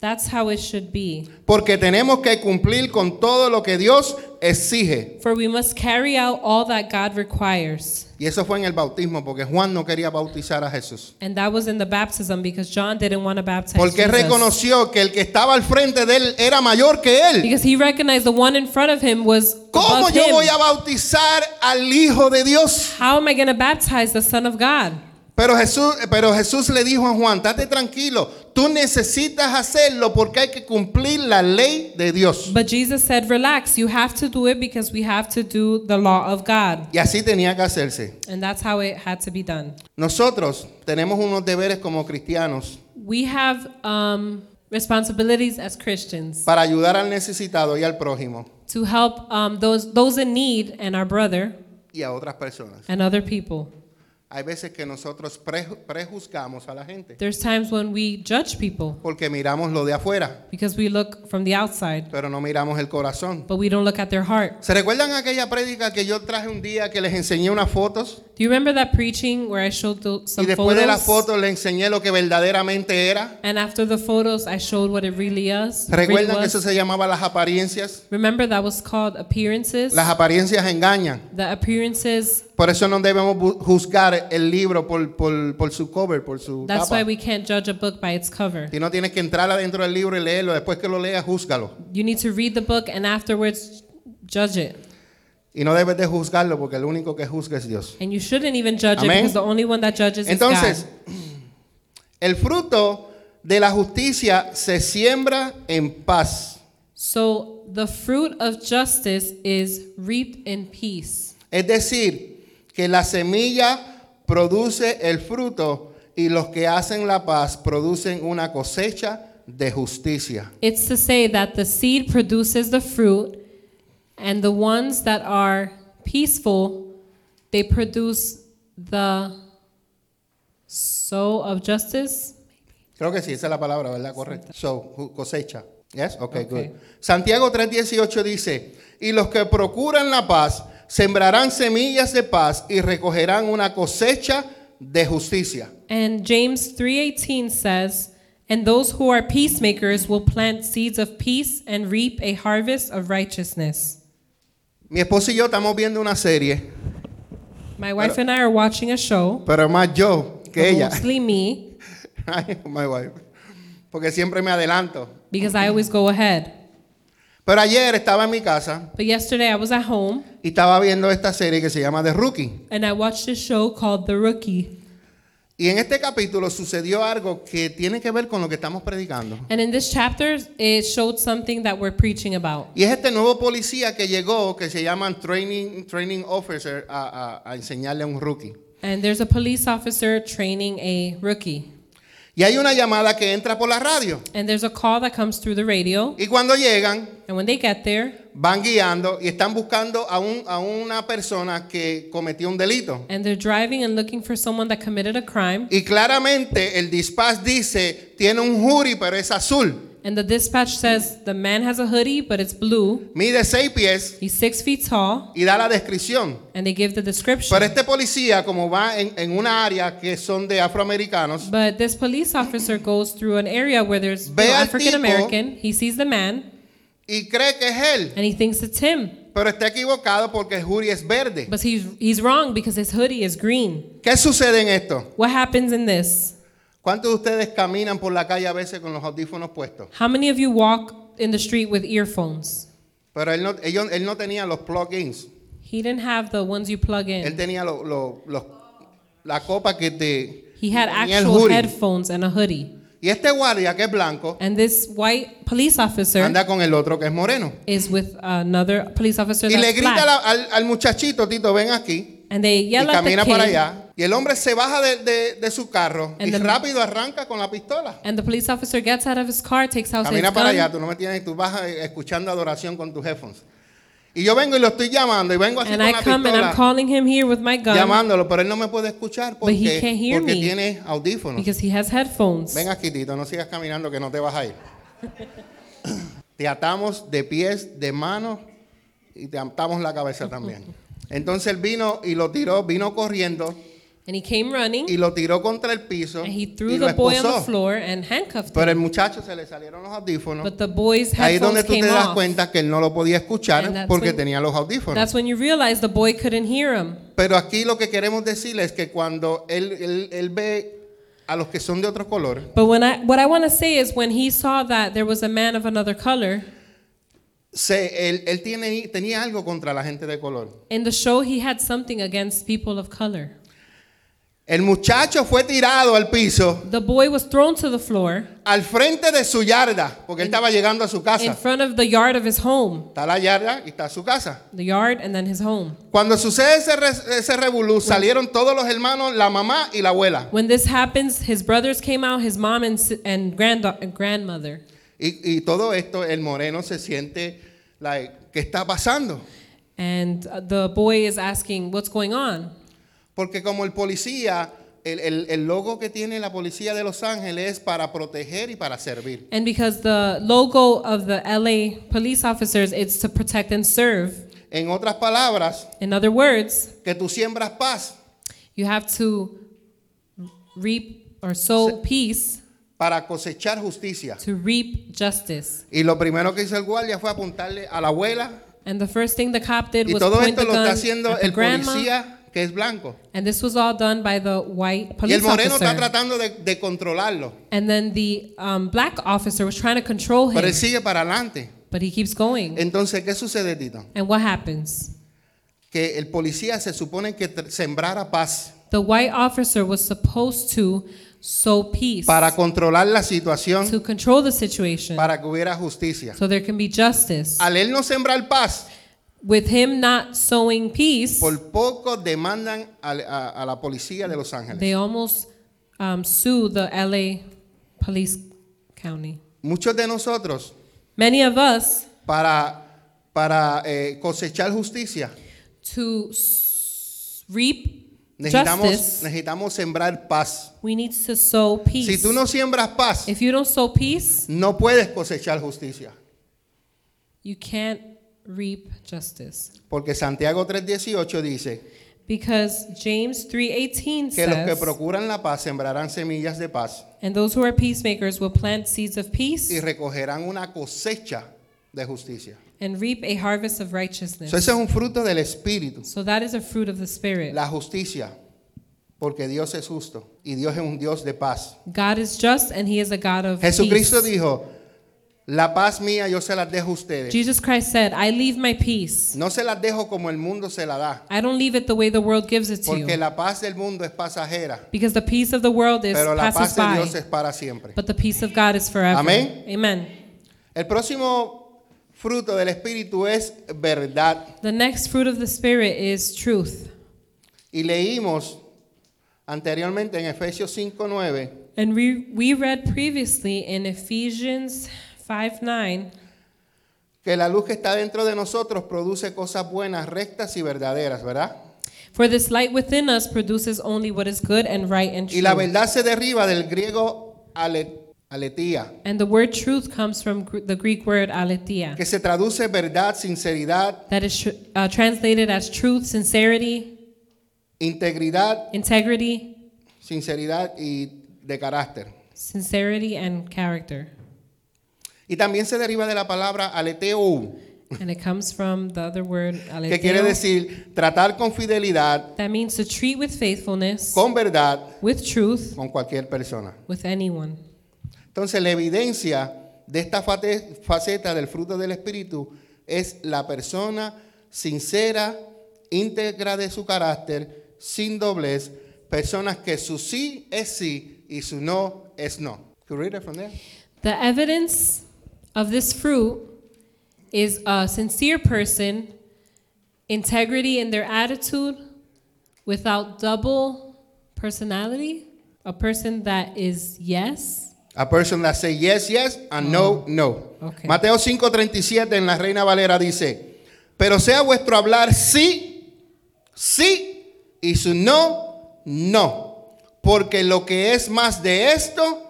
S2: that's how it should be,
S1: porque tenemos que cumplir con todo lo que Dios exige.
S2: for we must carry out all that God requires."
S1: Y eso fue en el bautismo, porque Juan no quería bautizar a Jesús.
S2: And that was in the baptism because John didn't want to baptize
S1: Porque
S2: Jesus.
S1: reconoció que el que estaba al frente de él era mayor que él.
S2: because he recognized the one in front of him was
S1: ¿Cómo
S2: above
S1: yo
S2: him.
S1: voy a bautizar al Hijo de Dios?
S2: How am I going to baptize the Son of God?
S1: Pero Jesús, pero Jesús le dijo a Juan, estate tranquilo, tú necesitas hacerlo porque hay que cumplir la ley de Dios.
S2: But Jesus said, Relax, you have to do it because we have to do the law of God.
S1: Y así tenía que hacerse.
S2: And that's how it had to be done.
S1: Nosotros tenemos unos deberes como cristianos
S2: We have um, responsibilities as Christians
S1: para ayudar al necesitado y al prójimo
S2: to help um, those, those in need and our brother
S1: y a otras personas.
S2: and other people.
S1: Hay veces que nosotros pre- prejuzgamos a la gente
S2: There's times when we judge people
S1: porque miramos lo de afuera,
S2: because we look from the outside,
S1: pero no miramos el corazón.
S2: but we don't look at their heart.
S1: ¿Se recuerdan aquella prédica que yo traje un día que les enseñé unas fotos?
S2: Do you remember that preaching where I showed tho-
S1: Y
S2: some
S1: después de las
S2: photos?
S1: fotos les enseñé lo que verdaderamente era.
S2: and after the photos, I showed what it really is. Really
S1: ¿Recuerdan que
S2: was.
S1: eso se llamaba las apariencias?
S2: Remember that was called appearances.
S1: Las apariencias engañan.
S2: The appearances.
S1: Por eso no debemos bu- juzgar el libro por, por- por su cover, por su
S2: That's
S1: tapa.
S2: why we can't judge a book by its cover.
S1: Si no tienes que entrar adentro del libro y leerlo, después que lo leas, júzgalo.
S2: You need to read the book and afterwards judge it.
S1: Y no debes de juzgarlo porque el único que juzga es Dios.
S2: And you shouldn't even judge
S1: Amén.
S2: it because the only one that judges is
S1: Entonces,
S2: God.
S1: el fruto de la justicia se siembra en paz.
S2: So the fruit of justice is reaped in peace.
S1: Es decir, que la semilla produce el fruto y los que hacen la paz producen una cosecha de justicia.
S2: It's to say that the seed produces the fruit, and the ones that are peaceful, they produce the sow of justice.
S1: Creo que sí, esa es la palabra, ¿verdad? Correcto. So, ju- cosecha. Yes? Okay,
S2: Okay.
S1: good. Santiago 3:18 dice, "Y los que procuran la paz sembrarán semillas de paz y recogerán una cosecha de justicia."
S2: And James 3:18 says, "And those who are peacemakers will plant seeds of peace and reap a harvest of righteousness."
S1: Mi esposo y yo estamos viendo una serie,
S2: My wife and I are watching a show,
S1: pero más yo que
S2: but
S1: ella.
S2: mostly me,
S1: Ay, My wife. Porque siempre me adelanto.
S2: because I always go ahead.
S1: Pero ayer estaba en mi casa
S2: But yesterday I was at home
S1: y estaba viendo esta serie que se llama The Rookie.
S2: and I watched a show called The Rookie.
S1: Y en este capítulo sucedió algo que tiene que ver con lo que estamos predicando.
S2: And in this chapter, it showed something that we're preaching about.
S1: Y es este nuevo policía que llegó, que se llaman training, training officer, a, a- a enseñarle a un rookie.
S2: And there's a police officer training a rookie.
S1: Y hay una llamada que entra por la radio.
S2: And there's a call that comes through the radio.
S1: Y cuando llegan,
S2: And when they get there,
S1: van guiando y están buscando a, un- a una persona que cometió un delito.
S2: and they're driving and looking for someone that committed a crime.
S1: Y claramente el dispatch dice, tiene un jury, pero es azul.
S2: And the dispatch says the man has a hoodie, but it's blue.
S1: Mide seis pies
S2: He's six feet tall.
S1: y da la descripción.
S2: And they give the description.
S1: Pero este policía, como va en, en una área que son de afroamericanos,
S2: But this police officer goes through an area where there's
S1: Ve al
S2: African American. He sees the man
S1: y cree que es él,
S2: and he thinks it's him.
S1: pero está equivocado porque el jury es verde.
S2: But he's, he's wrong because his hoodie is green.
S1: ¿Qué sucede en esto?
S2: What happens in this?
S1: ¿Cuántos de ustedes caminan por la calle a veces con los audífonos puestos?
S2: How many of you walk in the street with earphones?
S1: Pero él no, ellos- él no tenía los plugins.
S2: He didn't have the ones you plug
S1: Él
S2: in.
S1: tenía lo- lo- lo- la copa que te
S2: He had
S1: tenía el
S2: actual
S1: hoodie.
S2: headphones and a hoodie.
S1: Y este guardia que es blanco
S2: And this white police officer
S1: anda con el otro que es moreno.
S2: is with another police officer
S1: Y le
S2: that's
S1: grita a la-
S2: black.
S1: al, al muchachito, Tito, ven aquí.
S2: And they
S1: Y
S2: yell at the
S1: camina para
S2: kid.
S1: allá. Y el hombre se baja de, de- de su carro
S2: And
S1: y
S2: the-
S1: rápido arranca con la pistola.
S2: And the police officer gets out of his car, takes out his
S1: Camina para allá,
S2: gun,
S1: tú no me tienes, tú vas eh, escuchando adoración con tus headphones. Y yo vengo y lo estoy llamando y vengo así
S2: and
S1: con
S2: I
S1: la
S2: come and I'm
S1: pistola
S2: calling him here with my gun
S1: llamándolo, pero él no me puede escuchar
S2: But he
S1: porque,
S2: can't hear
S1: porque
S2: me.
S1: tiene audífonos.
S2: because he has headphones.
S1: Ven aquí, Tito, no sigas caminando que no te vas a ir. te atamos de pies, de manos y te atamos la cabeza también. Entonces él vino y lo tiró, vino corriendo
S2: And he came running
S1: y lo tiró contra el piso
S2: and he
S1: y
S2: threw
S1: lo
S2: the boy on the
S1: esposó.
S2: floor and handcuffed him.
S1: Pero el muchacho se le salieron los audífonos.
S2: But the boy's
S1: Ahí es donde
S2: headphones
S1: tú te
S2: came
S1: das
S2: off.
S1: cuenta que él no lo podía
S2: And
S1: escuchar
S2: that's
S1: porque
S2: when-
S1: tenía los audífonos.
S2: That's when you realize the boy couldn't hear him.
S1: Pero aquí lo que queremos decir es que cuando él, él- él ve a los que son de otro color,
S2: But when I, what I want to say is when he saw that there was a man of another color,
S1: se- él, él tiene, tenía algo contra la gente de color.
S2: in the show he had something against people of color.
S1: El muchacho fue tirado al piso,
S2: The boy was thrown to the floor
S1: al frente de su yarda, porque él estaba llegando a su
S2: in
S1: casa.
S2: front of the yard of his home.
S1: Está la yarda y está su casa.
S2: The yard and then his home.
S1: Cuando sucede ese, re- ese revolú, salieron todos los hermanos, la mamá y la abuela.
S2: When this happens, his brothers came out, his mom and, si- and grand, grandmother.
S1: Y, y todo esto, el moreno se siente, like, ¿qué está pasando?
S2: And uh, the boy is asking, What's going on?
S1: Porque como el policía, el, el- el logo que tiene la policía de Los Ángeles es para proteger y para servir.
S2: And because the logo of the LA police officers is to protect and serve.
S1: En otras palabras,
S2: In other words,
S1: que tú siembras paz
S2: you have to reap or sow peace
S1: para cosechar justicia.
S2: to reap justice.
S1: Y lo primero que hizo el guardia fue apuntarle a la abuela.
S2: And the first thing the cop did
S1: Y
S2: was
S1: todo
S2: point
S1: esto
S2: the
S1: lo está
S2: gun
S1: haciendo
S2: at the
S1: el
S2: grandma.
S1: policía que es blanco.
S2: And this was all done by the white
S1: Y el
S2: police
S1: moreno está
S2: officer.
S1: tratando de, de controlarlo.
S2: And then the um, black officer was trying to control
S1: Pero
S2: him,
S1: él sigue para adelante.
S2: but he keeps going.
S1: Entonces, ¿qué sucede, Tito?
S2: And what happens?
S1: Que el policía se supone que tr- sembrara paz
S2: The white officer was supposed to sow peace
S1: para controlar la situación,
S2: to control the situation
S1: para que hubiera justicia.
S2: so there can be justice.
S1: Al él no sembrar paz,
S2: With him not sowing peace,
S1: por poco demandan al- a, a la policía de Los Ángeles.
S2: they almost um, sue the LA police county.
S1: Muchos de nosotros,
S2: Many of us,
S1: para, para eh, cosechar justicia,
S2: to s- reap
S1: necesitamos,
S2: justice,
S1: necesitamos sembrar paz.
S2: we need to sow peace.
S1: Si tú no siembras paz,
S2: If you don't sow peace,
S1: no puedes cosechar justicia.
S2: you can't reap justice.
S1: Porque Santiago 3:18 dice
S2: Because James 3:18
S1: que los que
S2: says,
S1: procuran la paz sembrarán semillas de paz
S2: and those who are peacemakers will plant seeds of
S1: y
S2: peace
S1: recogerán una cosecha de justicia.
S2: and reap a harvest of
S1: So,
S2: righteousness.
S1: ese es un fruto del Espíritu.
S2: So that is a fruit of the spirit.
S1: la justicia, porque Dios es justo y Dios es un Dios de paz.
S2: God is just and he is a God of
S1: Jesucristo
S2: peace.
S1: dijo, la paz mía yo se las dejo a ustedes.
S2: Jesus Christ said, I leave my peace.
S1: No se las dejo como el mundo se la da,
S2: I don't leave it the way the world gives it to
S1: porque
S2: you.
S1: la paz del mundo es pasajera,
S2: Because the peace of the world is
S1: pero la
S2: passes
S1: paz de Dios
S2: by,
S1: es para siempre.
S2: but the peace of God is forever.
S1: Amén.
S2: Amen.
S1: El próximo fruto del Espíritu es verdad.
S2: The next fruit of the spirit is truth.
S1: Y leímos anteriormente en Efesios 5.9
S2: And we, we read previously in Ephesians 5 9
S1: que la luz que está dentro de nosotros produce cosas buenas, rectas y verdaderas, ¿verdad?
S2: For this light within us produces only what is good and right and
S1: Y la
S2: true.
S1: verdad se derriba del griego ale- aletía,
S2: And the word truth comes from gr- the Greek word aletheia,
S1: que se traduce verdad, sinceridad,
S2: that is tr- uh, translated as truth, sincerity,
S1: integridad,
S2: integrity,
S1: sinceridad y de carácter.
S2: sincerity, and character.
S1: Y también se deriva de la palabra aleteo,
S2: And it comes from the other word
S1: que quiere
S2: aletheia.
S1: decir tratar con fidelidad,
S2: That means to treat with faithfulness,
S1: con verdad,
S2: with truth,
S1: con cualquier persona.
S2: with anyone.
S1: Entonces la evidencia de esta fate- faceta del fruto del Espíritu es la persona sincera, íntegra de su carácter, sin doblez, personas que su sí es sí y su no es no. Could you read it from there?
S2: The evidence of this fruit is a sincere person, integrity in their attitude, without double personality, a person that is yes.
S1: A person that say yes, yes, and no, no.
S2: ok.
S1: Mateo 5:37 en la Reina Valera dice, pero sea vuestro hablar sí, sí, y su no, no. Porque lo que es más de esto,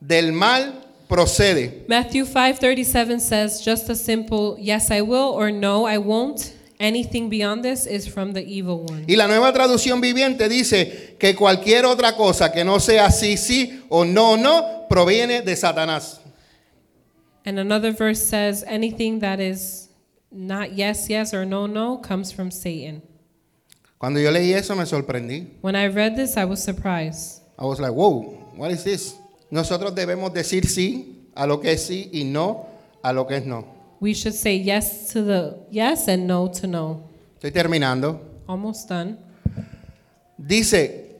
S1: del mal procede.
S2: Matthew 5:37 says just a simple yes I will or no I won't. Anything beyond this is from the evil one.
S1: Y la nueva traducción viviente dice que cualquier otra cosa que no sea sí, sí o no, no, proviene de Satanás.
S2: And another verse says anything that is not yes yes or no no comes from Satan.
S1: Cuando yo leí eso me sorprendí.
S2: When I read this I was surprised.
S1: I was like, wow, what is this? Nosotros debemos decir sí a lo que es sí y no a lo que es no.
S2: We should say yes to the yes and no to no.
S1: Estoy terminando.
S2: Almost done.
S1: Dice,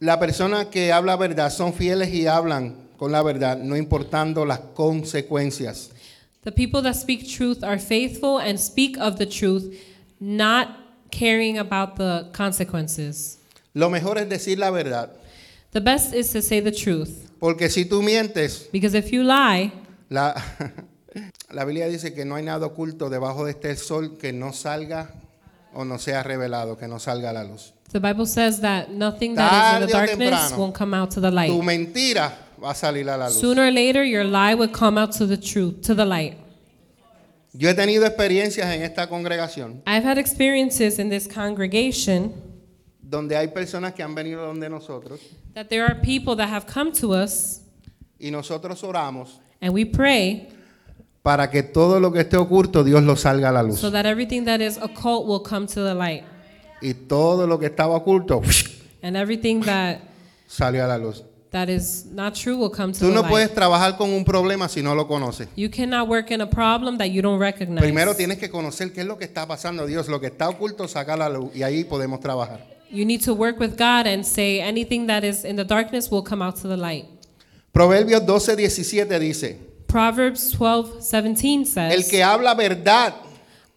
S1: la persona que habla verdad son fieles y hablan con la verdad, no importando las consecuencias.
S2: The people that speak truth are faithful and speak of the truth, not caring about the consequences.
S1: Lo mejor es decir la verdad,
S2: The best is to say the truth,
S1: porque si tú mientes,
S2: because if you lie,
S1: la, la Biblia dice que no hay nada oculto debajo de este sol que no salga o no sea revelado, que no salga a la luz.
S2: the Bible says that nothing that is in the
S1: Tarde o
S2: darkness
S1: temprano.
S2: won't come out to the
S1: Tu
S2: light.
S1: mentira va a salir a la luz.
S2: Sooner or later, your lie will come out to the truth, to the light.
S1: Yo he tenido experiencias en esta congregación
S2: I've had experiences in this congregation
S1: donde hay personas que han venido donde nosotros
S2: that there are people that have come to us
S1: y nosotros oramos
S2: and we pray
S1: para que todo lo que esté oculto Dios lo salga a la luz.
S2: so that everything that is occult will come to the light
S1: Y todo lo que estaba oculto
S2: and everything that
S1: salió a la luz.
S2: that is not true will come to
S1: Tú
S2: the
S1: no
S2: light
S1: puedes trabajar con un problema si no lo conoces.
S2: you cannot work in a problem that you don't recognize
S1: Primero tienes que conocer qué es lo que está pasando, Dios. Lo que está oculto, saca a la luz y ahí podemos trabajar.
S2: you need to work with god and say anything that is in the darkness will come out to the light
S1: Proverbios 12, 17 dice,
S2: proverbs 12 17
S1: el
S2: says
S1: que habla verdad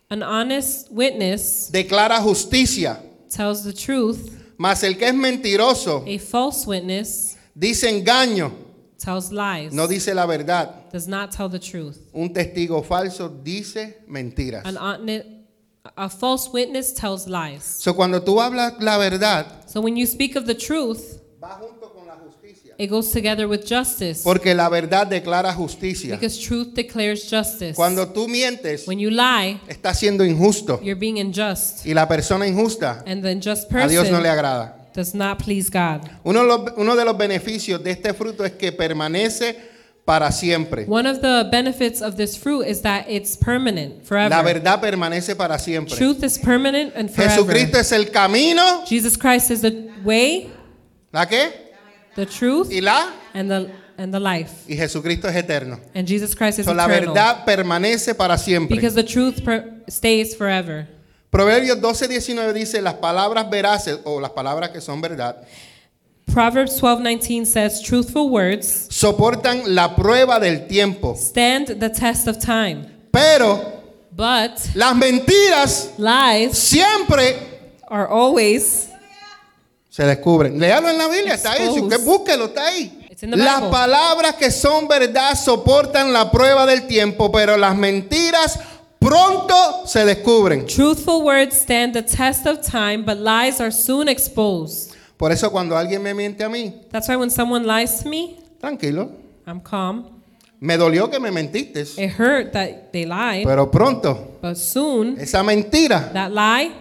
S2: an honest witness
S1: declara justicia,
S2: tells the truth
S1: mas el que es mentiroso
S2: a false witness
S1: dice engaño,
S2: tells lies
S1: no dice la verdad.
S2: does not tell the truth
S1: Un testigo falso dice mentiras.
S2: an hone- a false witness tells lies
S1: So, cuando tú hablas la verdad,
S2: so when you speak of the truth
S1: va junto con la justicia.
S2: It goes together with justice
S1: Porque la verdad declara justicia.
S2: because truth declares justice.
S1: Cuando tú mientes,
S2: when you lie,
S1: estás siendo injusto.
S2: you're being unjust,
S1: Y la persona injusta
S2: and the unjust
S1: a Dios
S2: person
S1: no le agrada.
S2: does not please God.
S1: Uno de, los, uno de los beneficios de este fruto es que permanece para siempre.
S2: One of the benefits of this fruit is that it's permanent forever.
S1: La verdad permanece para siempre.
S2: Truth is permanent and forever.
S1: Jesucristo es el camino,
S2: Jesus Christ is the way,
S1: la qué
S2: the truth,
S1: y la.
S2: and the and the life.
S1: Y Jesucristo es eterno.
S2: And Jesus Christ is
S1: So, la
S2: eternal
S1: verdad permanece para siempre.
S2: because the truth per- stays forever.
S1: Proverbios 12, 19 dice, las palabras veraces o las palabras que son verdad,
S2: Proverbs 12:19 says, "Truthful words
S1: soportan la prueba del tiempo.
S2: stand the test of time,
S1: Pero
S2: but
S1: las mentiras
S2: lies
S1: siempre
S2: are always
S1: Se descubren. Léalo en la Biblia, está ahí. Si usted
S2: Exposed.
S1: búsquelo, está ahí.
S2: It's in the
S1: Las
S2: Bible.
S1: palabras que son verdad soportan la prueba del tiempo, pero las mentiras pronto se descubren.
S2: Truthful words stand the test of time, but lies are soon exposed.
S1: Por eso cuando alguien me miente a mí,
S2: That's why when someone lies to me,
S1: tranquilo,
S2: I'm calm.
S1: me dolió que me mentiste,
S2: It hurt that they lied,
S1: pero pronto
S2: but soon
S1: esa mentira
S2: that lie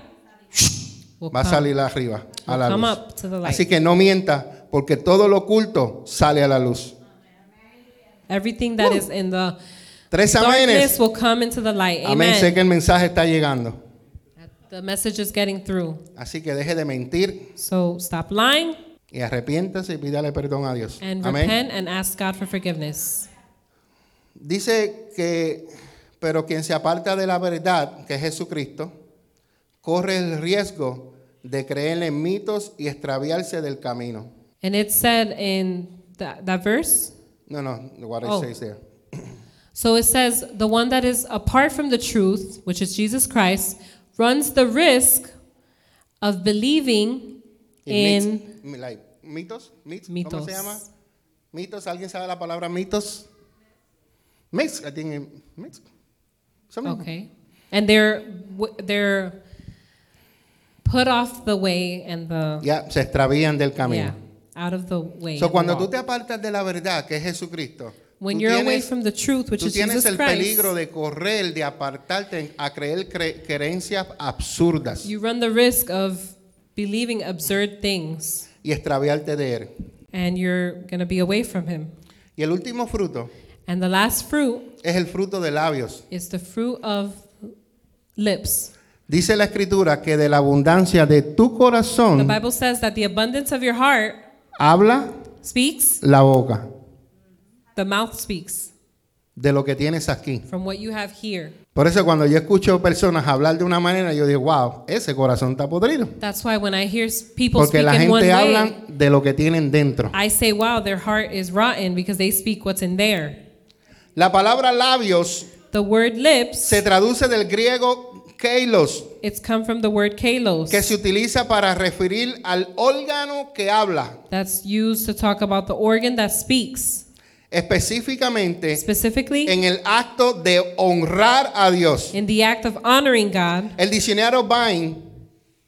S2: will
S1: va a
S2: come.
S1: salir arriba a la
S2: Ah. Come
S1: luz.
S2: up to the light.
S1: Así que no mienta, porque todo lo oculto sale a la luz.
S2: Everything that is in the
S1: Tres
S2: darkness
S1: amenes.
S2: will come into the light.
S1: Amén. Sé
S2: Amen.
S1: que el mensaje está llegando.
S2: The message is getting through.
S1: Así que deje de mentir
S2: So stop lying
S1: y arrepiéntase y pídale perdón a Dios.
S2: and
S1: Amén.
S2: repent and ask God for forgiveness.
S1: Dice que, pero quien se aparta de la verdad, que es Jesucristo, corre el riesgo de creer en mitos y extraviarse del camino.
S2: And it said in that, that verse,
S1: No, no, what it
S2: Oh.
S1: says there.
S2: So it says, the one that is apart from the truth, which is Jesus Christ, runs the risk of believing
S1: It
S2: in.
S1: means- like, mitos, myths, ¿cómo
S2: Mitos.
S1: se llama? Mitos, ¿alguien sabe la palabra mitos? Mix, I think it- mix. Something.
S2: Okay. And they're, w- they're put off the way and the.
S1: Ya, se extravían del
S2: Yeah,
S1: camino.
S2: out of the way.
S1: So,
S2: and
S1: cuando
S2: walk.
S1: tú te apartas de la verdad, que es Jesucristo,
S2: when
S1: tú
S2: you're away
S1: tienes-
S2: from the truth, which
S1: Tú
S2: is
S1: tienes
S2: Jesus
S1: el
S2: Christ,
S1: peligro de correr, de apartarte a creer cre- creencias absurdas
S2: you run the risk of believing absurd things
S1: y extraviarte de él.
S2: and you're going to be away from Him.
S1: Y el último fruto
S2: And the last fruit
S1: es el fruto de labios.
S2: is the fruit of lips.
S1: Dice la escritura que de la abundancia de tu
S2: The
S1: corazón
S2: Bible says that the abundance of your heart
S1: habla
S2: speaks,
S1: la boca
S2: the mouth speaks
S1: de lo que tienes aquí.
S2: from what you have here.
S1: Por eso cuando yo escucho personas hablar de una manera, yo digo, wow, ese corazón está podrido.
S2: That's why when I hear s- people
S1: Porque
S2: speak
S1: la
S2: in one
S1: gente
S2: way,
S1: habla de lo que tienen dentro.
S2: I say, wow, their heart is rotten because they speak what's in there.
S1: La palabra labios
S2: The word lips,
S1: se traduce del griego keilos,
S2: it's come from the word
S1: que
S2: kalos.
S1: se utiliza para referir al órgano que habla.
S2: That's used to talk about the organ that speaks.
S1: Específicamente
S2: Specifically,
S1: en el acto de honrar a Dios.
S2: in the act of honoring God,
S1: El diccionario Vine,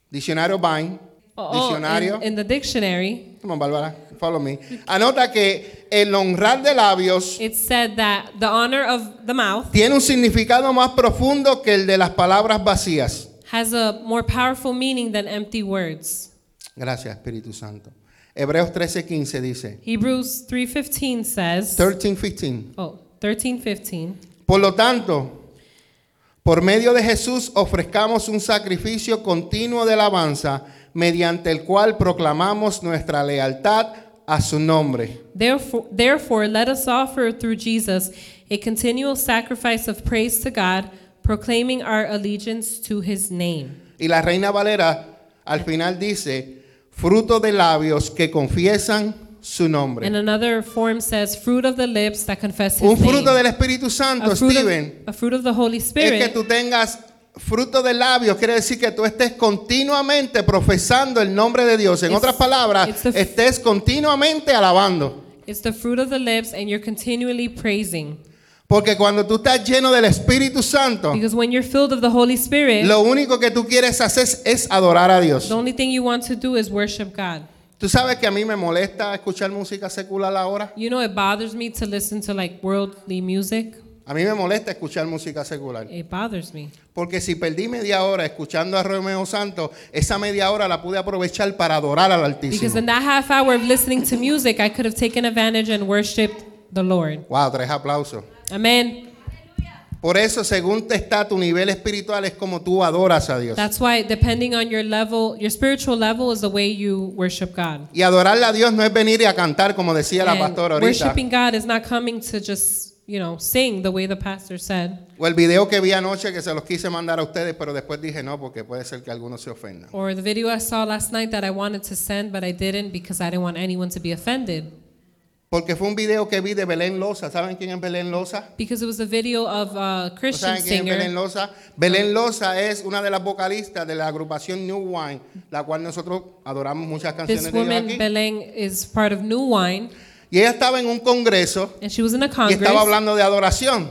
S1: diccionario Vine,
S2: oh,
S1: diccionario,
S2: in, in the dictionary,
S1: Come on, Bárbara, follow me. Anota que el honrar de labios
S2: it said that the honor of the mouth
S1: tiene un significado más profundo que el de las palabras vacías.
S2: has a more powerful meaning than empty words.
S1: Gracias, Espíritu Santo. Hebreos 13:15 dice,
S2: Hebrews 3:15 says
S1: 13:15.
S2: Oh, 13:15.
S1: Por lo tanto, por medio de Jesús ofrezcamos un sacrificio continuo de alabanza, mediante el cual proclamamos nuestra lealtad a su nombre.
S2: Therefore, therefore let us offer through Jesus a continual sacrifice of praise to God, proclaiming our allegiance to his name.
S1: Y la reina Valera al final dice, fruto de labios que confiesan su
S2: And
S1: nombre.
S2: another form says fruit of the lips that confess his
S1: Un fruto
S2: name.
S1: del Espíritu Santo,
S2: a, fruit of,
S1: Steven,
S2: a fruit of the Holy Spirit
S1: es que tú tengas fruto de labios, quiere decir que tú estés continuamente profesando el nombre de Dios. En
S2: It's-
S1: otras palabras,
S2: it's the f-
S1: estés continuamente alabando.
S2: is the fruit of the lips and you're continually praising.
S1: Porque cuando tú estás lleno del Espíritu Santo,
S2: Because when you're filled of the Holy Spirit,
S1: Oh. lo único que tú quieres hacer es- es adorar a Dios.
S2: the only thing you want to do is worship God.
S1: Tú sabes que a mí me molesta escuchar música secular ahora.
S2: You know it bothers me to listen to like worldly music.
S1: A mí me molesta escuchar música secular.
S2: It bothers me.
S1: Porque si perdí media hora escuchando a Romeo Santos, esa media hora la pude aprovechar para adorar al
S2: Because
S1: Altísimo.
S2: in that half hour of listening to music, I could have taken advantage and worshiped the Lord.
S1: Wow, tres aplausos.
S2: Amen.
S1: Por eso, según te está tu nivel espiritual, es como tú adoras a Dios.
S2: That's why, depending on your level, your spiritual level is the way you worship God.
S1: Y adorarle a Dios no es venir y a cantar, como decía la
S2: And
S1: pastora ahorita.
S2: worshiping God is not coming to just, you know, sing the way the pastor said,
S1: O el video que vi anoche que se los quise mandar a ustedes, pero después dije no, porque puede ser que algunos se ofendan.
S2: or the video I saw last night that I wanted to send, but I didn't because I didn't want anyone to be offended.
S1: Porque fue un video que vi de Belén Loza. ¿Saben quién es Belén Loza?
S2: because it was a video of a
S1: ¿No
S2: Christian
S1: saben quién es Belén
S2: singer.
S1: Loza? Belén Loza es una de las vocalistas de la agrupación New Wine, la cual nosotros adoramos muchas canciones
S2: This
S1: de ellos
S2: woman,
S1: aquí.
S2: Beleng, is part of New Wine,
S1: Y ella estaba en un congreso
S2: and she was in
S1: y
S2: a
S1: estaba
S2: congress
S1: hablando de adoración.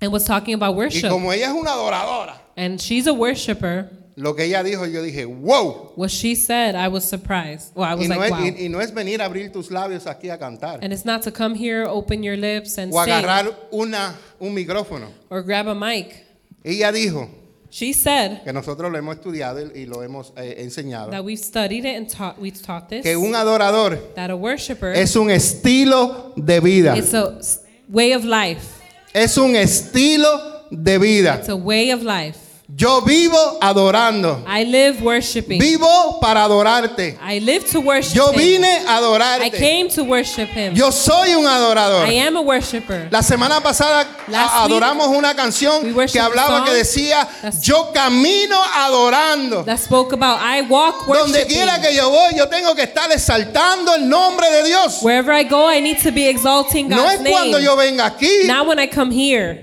S2: and was talking about
S1: Y
S2: worship.
S1: como ella es una adoradora,
S2: And she's a worshiper.
S1: lo que ella dijo, yo dije, wow.
S2: What she said, I was surprised. Well, I
S1: Y
S2: was
S1: no,
S2: like,
S1: es,
S2: wow.
S1: y- y no es venir a abrir tus labios aquí a cantar
S2: And it's not to come here, open your lips, and
S1: o
S2: sing
S1: agarrar una, un micrófono.
S2: or grab a mic.
S1: Ella dijo
S2: She said
S1: que nosotros lo hemos estudiado y, y lo hemos eh, enseñado.
S2: that we've studied it and taught. We've taught this.
S1: Que un adorador
S2: That a worshiper
S1: es un estilo de vida.
S2: it's a s- way of life.
S1: Es un estilo de vida.
S2: It's a way of life.
S1: Yo vivo adorando.
S2: I live worshiping.
S1: Vivo para adorarte.
S2: I live to worship.
S1: Yo
S2: him.
S1: vine a
S2: I
S1: adorarte.
S2: came to worship Him.
S1: Yo soy un adorador.
S2: I am a worshiper.
S1: La semana pasada
S2: Last
S1: a-
S2: week,
S1: adoramos una canción
S2: we worshiped
S1: que
S2: a
S1: hablaba
S2: song
S1: que decía,
S2: that's-
S1: yo camino adorando.
S2: That spoke about I walk
S1: Donde
S2: worshiping.
S1: quiera que yo voy, yo tengo que estar exaltando el nombre de Dios.
S2: Wherever I go, I need to be exalting
S1: No
S2: God's
S1: es cuando
S2: name.
S1: yo venga aquí.
S2: Not when I come here.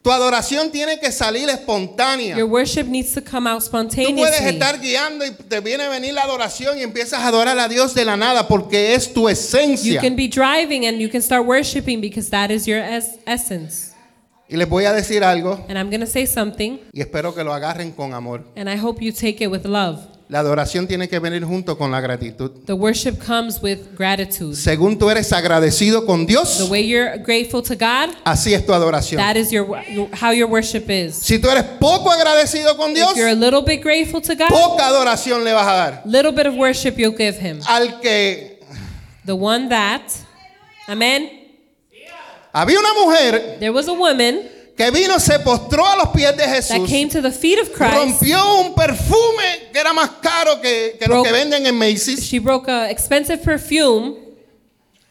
S1: Tu adoración tiene que salir espontánea.
S2: Your worship needs to come out
S1: Tú puedes
S2: spontaneously.
S1: estar guiando y te viene a venir la adoración y empiezas a adorar a Dios de la nada porque es tu esencia.
S2: You can be driving and you can start worshiping because that is your es- essence.
S1: Y les voy a decir algo
S2: And I'm going to say something,
S1: y espero que lo agarren con amor.
S2: and I hope you take it with love.
S1: La adoración tiene que venir junto con la gratitud.
S2: The worship comes with gratitude.
S1: Según tú eres agradecido con
S2: The
S1: Dios,
S2: way you're grateful to God,
S1: así es tu adoración.
S2: that is your, wo- your how your worship is.
S1: Si tú eres poco agradecido con Dios,
S2: If you're a little bit grateful to God,
S1: poca adoración le vas a dar.
S2: little bit of worship you'll give Him.
S1: Al que
S2: The one that, amen.
S1: había una mujer
S2: There was a woman
S1: que vino, se postró a los pies de
S2: that
S1: Jesús,
S2: came to the feet of Christ.
S1: rompió un perfume que era más caro que, que los
S2: Broke-
S1: que venden en Macy's.
S2: She broke a expensive perfume,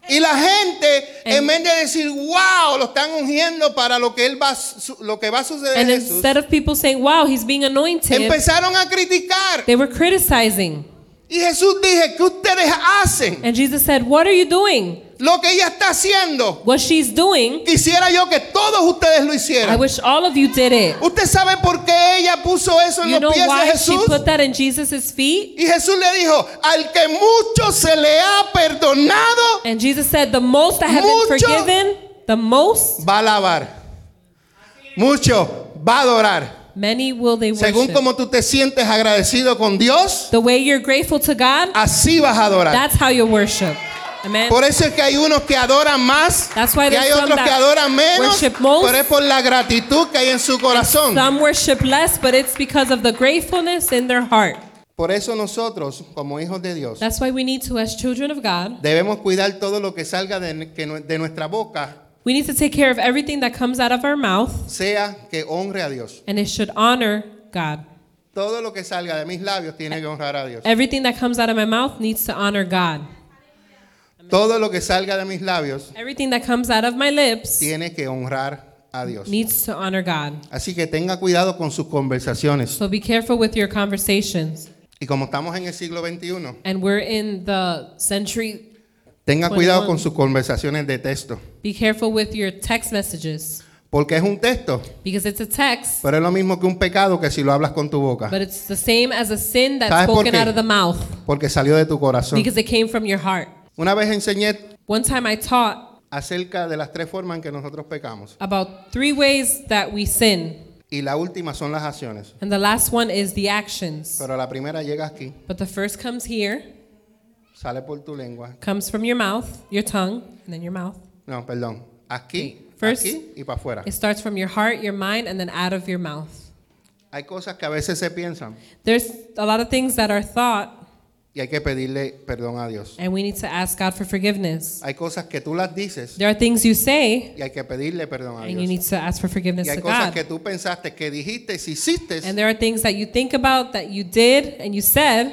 S1: Y la gente,
S2: And-
S1: en vez de decir, wow, lo están ungiendo para lo que él va, a su- lo que va a suceder
S2: and
S1: en Jesús,
S2: instead of people saying, "Wow, he's being anointed,"
S1: empezaron a criticar.
S2: They were criticizing.
S1: Y Jesús dije, ¿qué ustedes hacen?
S2: And Jesus said, What are you doing?
S1: Lo que ella está haciendo,
S2: What she's doing,
S1: quisiera yo que todos ustedes lo
S2: I
S1: hicieran.
S2: wish all of you did it.
S1: ¿Usted sabe por qué ella puso eso en
S2: You know
S1: los pies de
S2: why she
S1: Jesús?
S2: put that in Jesus' feet?
S1: Y Jesús le dijo, al que mucho se le ha perdonado,
S2: And Jesus said, The most I have been
S1: Mucho.
S2: forgiven, the most,
S1: va a alabar. Mucho va a adorar.
S2: many will they
S1: Según
S2: worship.
S1: como tú te sientes agradecido con Dios,
S2: The way you're grateful to God,
S1: Así vas a adorar.
S2: that's how you worship. Amen.
S1: Ah. Por eso es que hay unos que adoran más
S2: That's why
S1: y hay
S2: there's some
S1: otros que
S2: that
S1: adoran menos,
S2: worship most.
S1: pero es por la gratitud que hay en su corazón.
S2: Some worship less, but it's because of the gratefulness in their heart.
S1: Por eso nosotros, como hijos de Dios,
S2: That's why we need to, as children of God,
S1: debemos cuidar todo lo que salga de, que nu- de nuestra boca,
S2: we need to take care of everything that comes out of our mouth,
S1: sea que honre a Dios.
S2: and it should honor God.
S1: Todo lo que salga de mis labios tiene que honrar a Dios.
S2: Everything that comes out of my mouth needs to honor God.
S1: Todo lo que salga de mis labios
S2: Everything that comes out of my lips
S1: tiene que honrar a Dios.
S2: needs to honor God.
S1: Así que tenga cuidado con sus conversaciones.
S2: So be careful with your conversations.
S1: Y como estamos en el siglo XXI,
S2: And we're in the century.
S1: tenga cuidado
S2: 21.
S1: con sus conversaciones de texto.
S2: Be careful with your text messages
S1: Porque es un texto,
S2: because it's a text,
S1: pero es lo mismo que un pecado que si lo hablas con tu boca,
S2: but it's the same as a sin that's
S1: ¿Sabes por
S2: spoken
S1: qué?
S2: out of the mouth
S1: porque salió de tu corazón.
S2: because it came from your heart.
S1: Una vez enseñé
S2: One time I taught
S1: acerca de las tres formas en que nosotros pecamos
S2: about three ways that we sin,
S1: y la última son las acciones,
S2: and the last one is the actions.
S1: pero la primera llega aquí,
S2: But the first comes here,
S1: sale por tu lengua,
S2: comes from your mouth, your tongue, and then your mouth.
S1: no, perdón, aquí,
S2: First-
S1: aquí y para afuera.
S2: It starts from your heart, your mind, and then out of your mouth.
S1: Hay cosas que a veces se piensan
S2: There's a lot of things that are thought,
S1: y hay que pedirle perdón a Dios.
S2: and we need to ask God for forgiveness.
S1: Hay cosas que tú las dices
S2: There are things you say,
S1: y hay que pedirle perdón a
S2: and you
S1: Dios.
S2: need to ask for forgiveness
S1: Y hay
S2: to
S1: cosas que
S2: God.
S1: tú pensaste, que dijiste, que hiciste
S2: And there are things that you think about, that you did, and you said,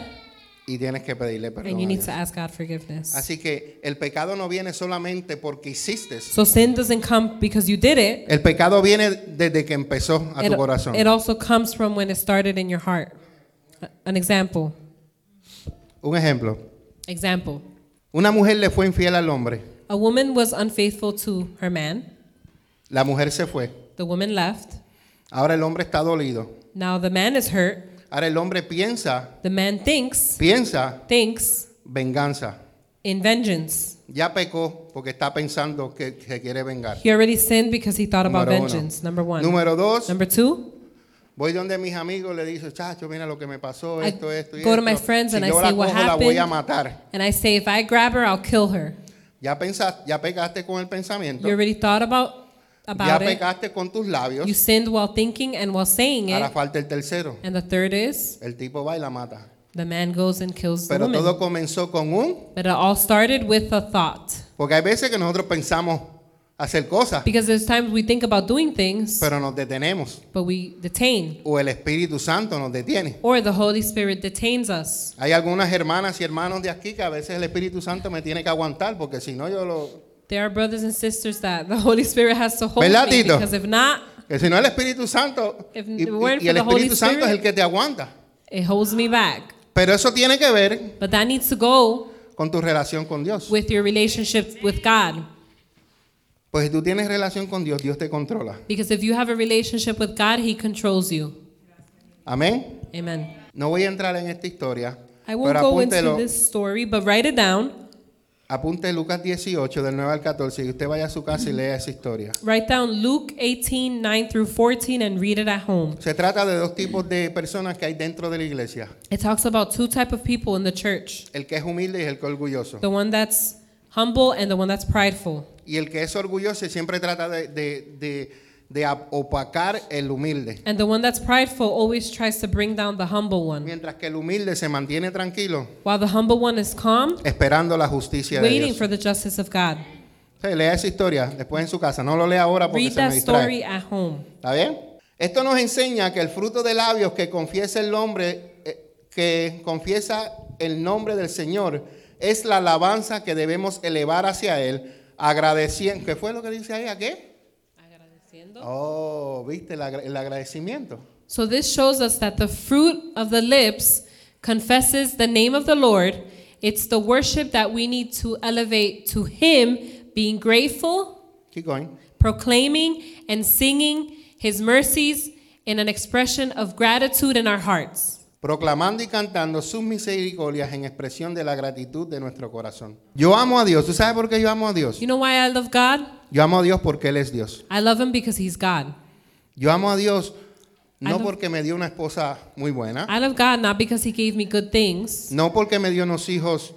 S1: y tienes que pedirle perdón.
S2: and you
S1: a
S2: need
S1: Dios.
S2: to ask God forgiveness.
S1: Así que el pecado no viene solamente porque hiciste.
S2: So sin doesn't come because you did it.
S1: El pecado viene desde que empezó a
S2: It,
S1: tu corazón.
S2: it also comes from when it started in your heart. A- An example.
S1: Un ejemplo.
S2: Example.
S1: Una mujer le fue infiel al hombre
S2: A woman was unfaithful to her man.
S1: La mujer se fue.
S2: The woman left.
S1: Ahora el hombre está dolido.
S2: Now the man is hurt.
S1: Ahora el hombre piensa,
S2: The man thinks,
S1: piensa
S2: thinks
S1: venganza.
S2: in vengeance.
S1: Ya pecó porque está pensando que se quiere vengar.
S2: He already sinned because he thought about
S1: Número uno.
S2: vengeance. Number one.
S1: Número dos,
S2: Number two,
S1: voy donde mis amigos le digo, chacho, mira lo que me pasó,
S2: I
S1: esto, esto y
S2: go to my
S1: esto.
S2: friends
S1: Si
S2: and I
S1: yo la
S2: say what
S1: cojo, la voy a
S2: happened.
S1: matar.
S2: and I say, if I grab her, I'll kill her.
S1: Ya pensaste, ya pecaste con el pensamiento.
S2: You already thought about
S1: Ya
S2: about it.
S1: pecaste con tus labios.
S2: You sinned while thinking and while saying
S1: Ahora
S2: it.
S1: falta el tercero.
S2: And the third is
S1: El tipo va y la mata.
S2: the man goes and kills the
S1: Pero todo
S2: woman.
S1: comenzó con un,
S2: But it all started with a thought.
S1: porque hay veces que nosotros pensamos hacer cosas,
S2: Because there's times we think about doing things,
S1: pero nos detenemos.
S2: but we detain,
S1: O el Espíritu Santo nos detiene.
S2: or the Holy Spirit detains us.
S1: Hay algunas hermanas y hermanos de aquí que a veces el Espíritu Santo me tiene que aguantar porque si no yo lo...
S2: There are brothers and sisters that the Holy Spirit has to hold
S1: ¿Verdad,
S2: me
S1: Tito?
S2: because if not,
S1: Que si no el Espíritu Santo...
S2: If
S1: Y,
S2: it weren't
S1: y- y el
S2: for the Holy
S1: Espíritu Santo es
S2: Spirit-
S1: el que te aguanta.
S2: it holds me back.
S1: Pero eso tiene que ver
S2: But that needs to go
S1: con tu relación con Dios.
S2: with your relationship with God.
S1: Pues si tú tienes relación con Dios, Dios te controla.
S2: Because if you have a relationship with God, He controls you.
S1: Amén.
S2: Amen.
S1: No voy a entrar en esta historia,
S2: I
S1: pero
S2: won't go into
S1: apúntelo.
S2: this story, but write it down.
S1: Apunte Lucas 18 del 9 al 14 y usted vaya a su casa y lea esa historia.
S2: Write down Luke 18, 9 through 14, and read it at home.
S1: Se trata de dos tipos de personas que hay dentro de la iglesia,
S2: It talks about two type of people in the church.
S1: el que es humilde y el que es orgulloso.
S2: The one that's humble and the one that's prideful.
S1: Y el que es orgulloso siempre trata de, de- de- de ap- opacar el humilde.
S2: And the one that's prideful always tries to bring down the humble one.
S1: Mientras que el humilde se mantiene tranquilo,
S2: While the humble one is calm,
S1: esperando la justicia de
S2: waiting
S1: Dios.
S2: for the justice of God.
S1: Sí, lea esa historia después en su casa. No lo lea ahora Ah, porque
S2: Read
S1: se me
S2: that
S1: distrae.
S2: story at home.
S1: ¿Está bien? Esto nos enseña que el fruto de labios que confiesa el hombre, eh, que confiesa el nombre del Señor, es la alabanza que debemos elevar hacia Él, agradeciendo. ¿Qué fue lo que dice ahí? ¿A qué? Oh, viste el, agra- el agradecimiento.
S2: So this shows us that the fruit of the lips confesses the name of the Lord. It's the worship that we need to elevate to Him, being grateful,
S1: Keep going.
S2: proclaiming and singing his mercies in an expression of gratitude in our hearts,
S1: Proclamando y cantando sus misericordias en expresión de la gratitud de nuestro corazón. Yo amo a Dios. ¿Tú sabes por qué yo amo a Dios?
S2: you know why I love God?
S1: Yo amo a Dios porque Él es Dios.
S2: I love him because he's God.
S1: Yo amo a Dios no
S2: love-
S1: porque me dio una esposa muy buena,
S2: I love God not because he gave me good things,
S1: no porque me dio unos hijos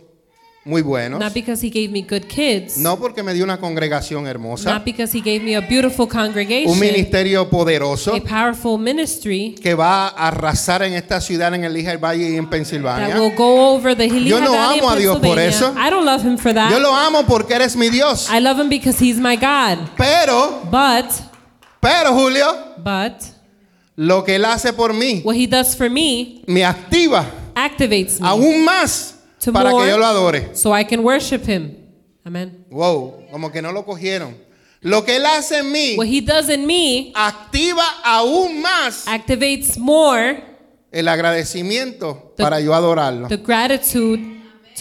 S1: muy buenos,
S2: not because he gave me good kids,
S1: no porque me dio una congregación hermosa,
S2: not because he gave me a beautiful
S1: un
S2: congregation,
S1: ministerio poderoso
S2: a powerful ministry
S1: que va a arrasar en esta ciudad, en el Lehigh Valley y en
S2: that
S1: Pensilvania.
S2: will go over the hilly
S1: Ah, Yo no amo a Dios por eso.
S2: I don't love him for
S1: Yo
S2: that.
S1: lo amo porque eres mi Dios.
S2: I love him because he's my God.
S1: Pero,
S2: But,
S1: pero Julio,
S2: but,
S1: lo que Él hace por mí
S2: what he does for me
S1: me activa
S2: activates me.
S1: aún más
S2: To
S1: para que
S2: more.
S1: yo lo adore.
S2: so I can worship him. Amen.
S1: Wow, como que no lo cogieron. Lo que Él hace en mí
S2: What he does in me
S1: activa aún más
S2: Ah. activates more
S1: el agradecimiento
S2: The-
S1: para yo adorarlo.
S2: the gratitude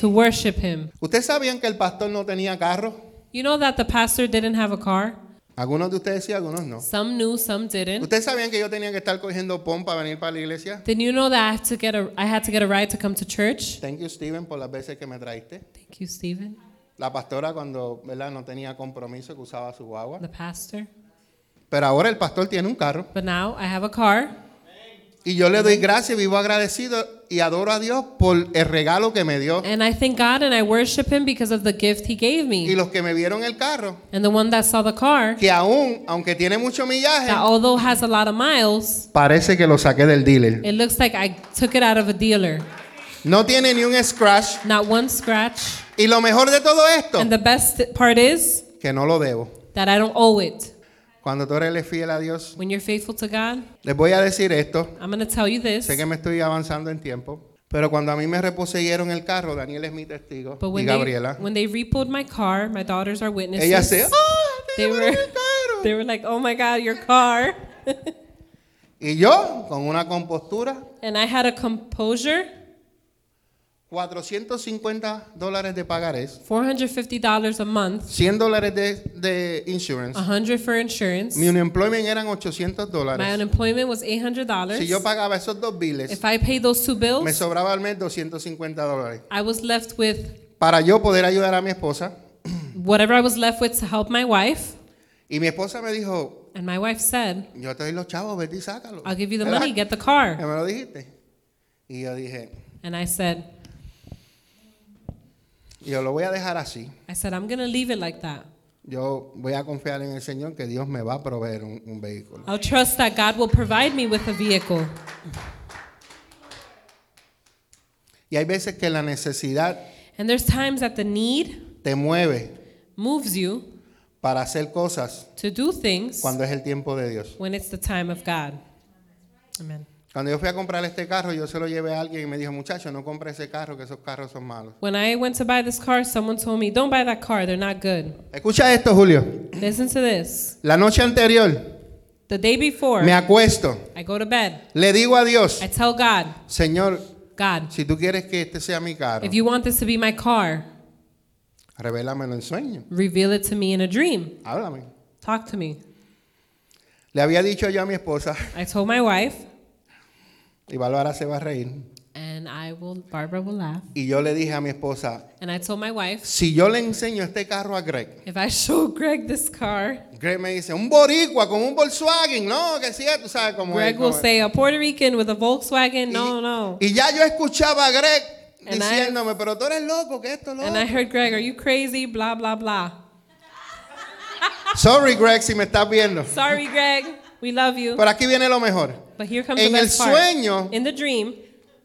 S2: to worship him.
S1: ¿Ustedes sabían que el pastor no tenía carro?
S2: You know that the pastor didn't have a car?
S1: Algunos de ustedes sí, algunos no.
S2: Some knew, some didn't.
S1: ¿Ustedes sabían que yo tenía que estar cogiendo pon para venir para la iglesia?
S2: Did you know that I, have to get a, I had to get a ride to come to church?
S1: Thank you, Steven, por las veces que me traíste.
S2: Thank you, Stephen,
S1: La pastora cuando ¿verdad? no tenía compromiso que usaba su guagua.
S2: the pastor.
S1: Pero ahora el pastor tiene un carro.
S2: But now I have a car,
S1: Y yo le doy gracias, vivo agradecido y adoro a Dios por el regalo que me dio.
S2: and I thank God and I worship him because of the gift he gave
S1: Y
S2: me.
S1: los que me vieron el carro,
S2: And the one that saw the car,
S1: que aún, aunque tiene mucho millaje,
S2: that although has a lot of miles,
S1: parece que lo saqué del dealer.
S2: it looks like I took it out of a dealer.
S1: No tiene ni un scratch.
S2: Not one scratch.
S1: Y lo mejor de todo esto,
S2: And the best part is
S1: que no lo debo.
S2: that I don't owe it.
S1: Cuando tú eres fiel a Dios,
S2: When you're faithful to God,
S1: les voy a decir esto.
S2: I'm going to tell you this.
S1: Sé que me estoy avanzando en tiempo, pero cuando a mí me reposeyeron el carro, Daniel es mi testigo
S2: But
S1: y
S2: when they,
S1: Gabriela.
S2: when they repoed my car, my daughters are witnesses.
S1: Ella se, "Ah, te
S2: They
S1: llevaron
S2: were-
S1: el carro".
S2: They were like, oh my God, your car.
S1: Y yo, con una compostura,
S2: and I had a composure.
S1: 450 dólares de pagarés,
S2: $450 a month,
S1: 100 dólares de, de insurance.
S2: 100 for insurance.
S1: Mi unemployment eran 800
S2: My
S1: dólares.
S2: unemployment was $800.
S1: Si yo pagaba esos dos biles,
S2: if I paid those two
S1: me
S2: bills,
S1: sobraba al mes 250 dólares.
S2: I was left with
S1: Para yo poder ayudar a mi esposa.
S2: whatever I was left with to help my wife.
S1: Y mi esposa me dijo,
S2: And my wife said,
S1: yo te doy los chavos, vete y sácalo.
S2: I'll give you the
S1: ¿Verdad?
S2: money, get the
S1: Que
S2: car.
S1: me lo dijiste. Y yo dije,
S2: And I said,
S1: yo lo voy a dejar así.
S2: I said, I'm going to leave it like that.
S1: Yo voy a confiar en el Señor que Dios me va a proveer un, un vehículo.
S2: I'll trust that God will provide me with a vehicle.
S1: Y hay veces que la necesidad
S2: And there's times that the need
S1: te mueve
S2: moves you
S1: para hacer cosas
S2: to do things
S1: cuando es el tiempo de Dios.
S2: when it's the time of God. Amen.
S1: Cuando yo fui a comprar este carro, yo se lo llevé a alguien y me dijo, muchacho, no compre ese carro, que esos carros son malos.
S2: When I went to buy this car, someone told me, don't buy that car, they're not good.
S1: Escucha esto, Julio.
S2: Listen to this.
S1: La noche anterior
S2: The day before,
S1: me acuesto,
S2: I go to bed.
S1: le digo a Dios,
S2: I tell God,
S1: Señor,
S2: God,
S1: si tú quieres que este sea mi carro,
S2: if you want this to be my car,
S1: revélamelo en sueño,
S2: reveal it to me in a dream.
S1: háblame.
S2: Talk to me.
S1: Le había dicho yo a mi esposa,
S2: I told my wife,
S1: y Bárbara se va a reír,
S2: and I will, Barbara will laugh.
S1: y yo le dije a mi esposa,
S2: And I told my wife,
S1: si yo le enseño este carro a Greg,
S2: if I show Greg this car,
S1: Greg me dice, un boricua con un Volkswagen, no, que sí, tú sabes cómo
S2: Greg
S1: es.
S2: will
S1: cómo es".
S2: say, a Puerto Rican with a Volkswagen?
S1: Y-
S2: No, no.
S1: Y ya yo escuchaba a Greg
S2: And I-
S1: diciéndome, pero tú eres loco, que esto es loco.
S2: And I heard Greg, are you crazy? Blah, blah, blah.
S1: Sorry, Greg, si me estás viendo.
S2: Sorry, Greg. We love you.
S1: Pero aquí viene lo mejor.
S2: But here comes the
S1: En el
S2: best part.
S1: sueño-
S2: In the dream,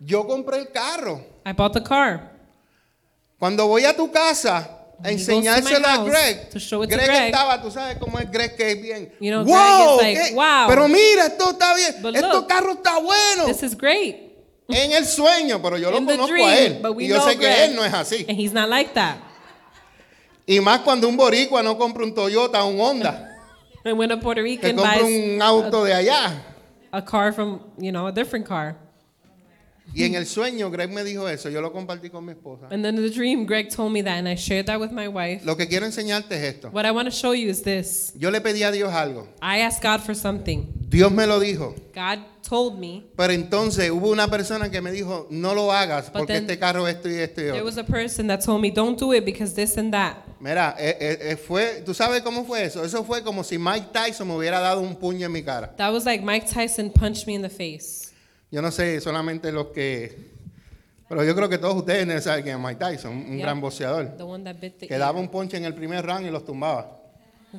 S1: Yo compré el carro.
S2: I bought the car.
S1: Cuando voy a tu casa a
S2: When he goes to my
S1: enseñárselo a
S2: house
S1: Greg,
S2: to show it to
S1: Greg,
S2: Greg,
S1: estaba, tú sabes cómo es Greg que es bien.
S2: You know, Greg
S1: wow,
S2: is like,
S1: ¿qué?
S2: wow.
S1: pero mira, esto está bien.
S2: But
S1: Esto
S2: look,
S1: carro está bueno.
S2: This is great.
S1: En el sueño, pero yo lo
S2: In the
S1: conozco
S2: dream,
S1: a él.
S2: but we
S1: Y yo
S2: know
S1: sé que
S2: Greg.
S1: él no es así.
S2: And he's not like that.
S1: Y más cuando un boricua no compra un Toyota, un Honda,
S2: And when a Puerto
S1: que
S2: Rican
S1: compra
S2: buys
S1: un auto de allá.
S2: a car from, you know, a different car.
S1: Y en el sueño Greg me dijo eso, yo lo compartí con mi esposa.
S2: And then in the dream, Greg told me that, and I shared that with my wife.
S1: Lo que quiero enseñarte es esto.
S2: What I want to show you is this
S1: Yo le pedí a Dios algo.
S2: I asked God for something.
S1: Dios me lo dijo.
S2: God told me.
S1: Pero entonces hubo una persona que me dijo, no lo hagas
S2: But
S1: porque
S2: then-
S1: este carro esto y esto y
S2: There
S1: otro.
S2: was a person that told me, don't do it because this and that.
S1: Mira, eh, eh, eh, fue, ¿tú sabes cómo fue eso? Eso fue como si Mike Tyson me hubiera dado un puño en mi cara.
S2: That was like Mike Tyson punched me in the face.
S1: Yo no sé, solamente los que... Pero yo creo que todos ustedes saben quién es Mike Tyson, un
S2: Yeah.
S1: gran boxeador.
S2: The one that bit the
S1: Que
S2: ear.
S1: daba un ponche en el primer round y los tumbaba.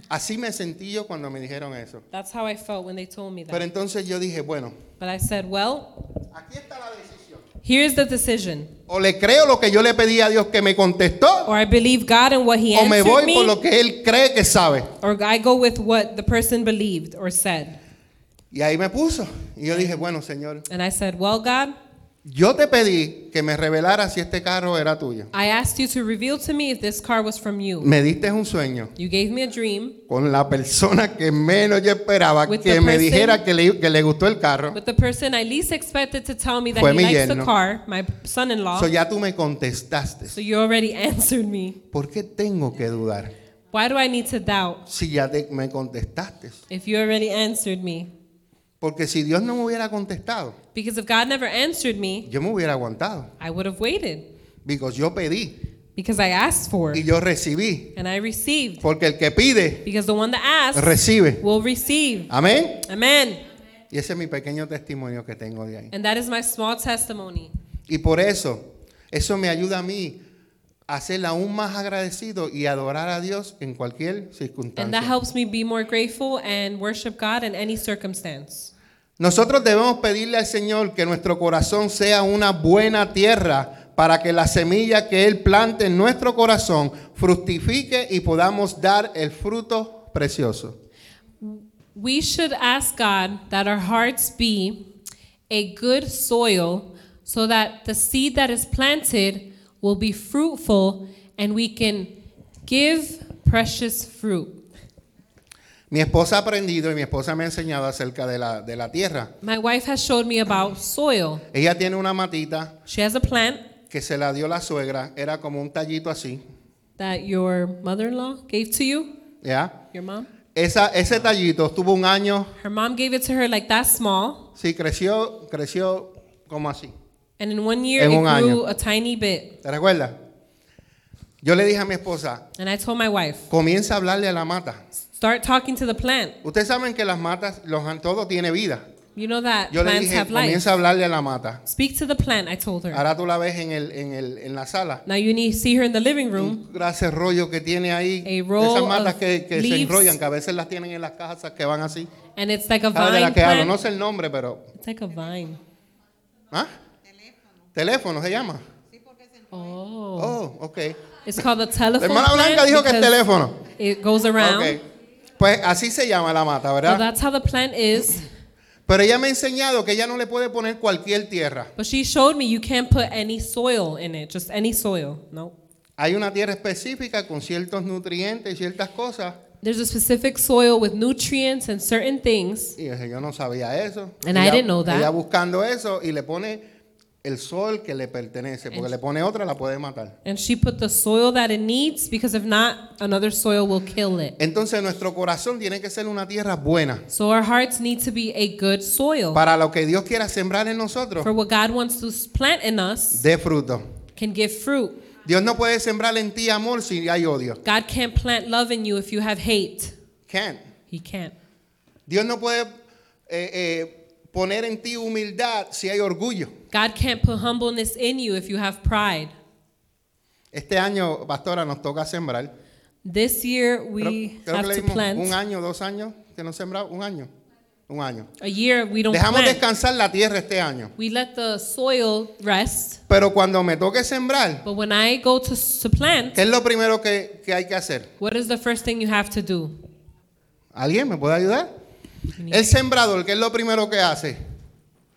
S1: Así me sentí yo cuando me dijeron eso.
S2: That's how I felt when they told me that.
S1: Pero entonces yo dije, bueno,
S2: but I said, well,
S1: Aquí está la decisión.
S2: here's the decision.
S1: O le creo lo que yo le pedí a Dios que me contestó,
S2: Or I believe God and what he
S1: o me
S2: answered
S1: voy
S2: me,
S1: por lo que él cree que sabe.
S2: or I go with what the person believed or said.
S1: Y ahí me puso. Y yo dije, bueno, Señor,
S2: And I said, well, God,
S1: yo te pedí que me revelara si este carro era tuyo.
S2: I asked you to reveal to me if this car was from you.
S1: Me diste un sueño
S2: You gave me a dream
S1: con la persona que menos yo esperaba
S2: With
S1: que
S2: the
S1: me
S2: person-
S1: dijera que le, que le gustó el carro.
S2: with the person I least expected to tell me that
S1: Fue
S2: he
S1: mi
S2: likes the
S1: yerno.
S2: car, my son-in-law.
S1: So ya tú me contestaste.
S2: so you already answered me.
S1: ¿Por qué tengo que dudar
S2: Why do I need to doubt
S1: si ya te- me contestaste?
S2: if you already answered me?
S1: Porque si Dios no me hubiera contestado,
S2: Because if God never answered me,
S1: yo me hubiera aguantado.
S2: I would have waited
S1: Because yo pedí.
S2: because I asked for
S1: y
S2: it
S1: yo recibí.
S2: and I received
S1: Porque el que pide,
S2: because the one that asks
S1: recibe.
S2: will receive.
S1: Amén.
S2: Amen.
S1: Y ese es mi pequeño testimonio que tengo de ahí.
S2: And that is my small testimony.
S1: Y por eso, eso me ayuda a mí a ser aún más agradecido y adorar a Dios en cualquier
S2: And that
S1: circunstancia.
S2: helps me be more grateful and worship God in any circumstance.
S1: Nosotros debemos pedirle al Señor que nuestro corazón sea una buena tierra para que la semilla que Él plante en nuestro corazón fructifique y podamos dar el fruto precioso.
S2: We should ask God that our hearts be a good soil so that the seed that is planted will be fruitful and we can give precious fruit.
S1: Mi esposa ha aprendido y mi esposa me ha enseñado acerca de la, de la tierra.
S2: My wife has showed me about soil.
S1: Ella tiene una matita
S2: She has a plant
S1: que se la dio la suegra era como un tallito así,
S2: that your mother in law gave to you,
S1: ¿ya?
S2: your mom.
S1: Esa, ese tallito estuvo un año,
S2: Her mom gave it to her like that small,
S1: sí, creció, creció como así.
S2: and in one year
S1: En
S2: it
S1: un año.
S2: grew a tiny bit.
S1: ¿Te recuerdas? Yo le dije a mi esposa,
S2: And I told my wife,
S1: comienza a hablarle a la mata.
S2: start talking to the plant.
S1: Ustedes saben que las matas, los, an- todo tiene vida.
S2: You know that
S1: Yo le
S2: plants
S1: dije,
S2: have life.
S1: comienza a hablarle a la mata.
S2: Speak to the plant, I told her.
S1: Ahora tú la ves en, el, en, el, en la sala.
S2: Now you need see her in the living room.
S1: Un gracias rollo que tiene ahí.
S2: A
S1: de Esas
S2: roll
S1: matas
S2: of
S1: que, que se
S2: leaves.
S1: enrollan, que a veces las tienen en las casas que van así.
S2: And it's like a
S1: ¿Sabes Mm. de
S2: vine
S1: las que hablo? No
S2: plant.
S1: sé el nombre, pero.
S2: It's like a vine.
S1: ¿Ah? Teléfono. se llama?
S2: Oh.
S1: Oh, ok.
S2: It's called a
S1: La
S2: telephone
S1: hermana
S2: plant
S1: Blanca dijo que es
S2: because
S1: teléfono.
S2: It goes around.
S1: Ok. Pues así se llama la mata,
S2: So
S1: ¿verdad?
S2: that's how the plant is.
S1: Pero ella me ha enseñado que ella no le puede poner cualquier tierra.
S2: But she showed me you can't put any soil in it, just any soil. No.
S1: Hay una tierra específica con ciertos nutrientes y ciertas cosas.
S2: There's a specific soil with nutrients and certain things.
S1: Y yo dije, yo no sabía eso.
S2: And
S1: ella,
S2: I didn't know that.
S1: ella buscando eso y le pone el sol que le pertenece, porque le pone otra la puede matar.
S2: And she put the soil that it needs because if not, another soil will kill it.
S1: Entonces nuestro corazón tiene que ser una tierra buena
S2: So our hearts need to be a good soil
S1: para lo que Dios quiera sembrar en nosotros.
S2: for what God wants to s- plant in us
S1: De fruto.
S2: can give fruit.
S1: Dios no puede sembrar en ti amor si hay odio.
S2: God can't plant love in you if you have hate.
S1: Can't.
S2: He can't.
S1: Dios no puede eh, eh, poner en ti humildad si hay orgullo.
S2: God can't put humbleness in you if you have pride.
S1: Este año, pastora, nos toca sembrar.
S2: This year we
S1: Creo- creo que
S2: have
S1: le
S2: to
S1: dimos un
S2: plant.
S1: año, dos años, que no sembrado, un año, un año.
S2: A year we don't
S1: Dejamos
S2: plant.
S1: descansar la tierra este año.
S2: We let the soil rest.
S1: Pero cuando me toque sembrar,
S2: But when I go to, s- to plant,
S1: ¿qué es lo primero que, que hay que hacer?
S2: what is the first thing you have to do?
S1: ¿Alguien me puede ayudar? El sembrador, ¿qué es lo primero que hace?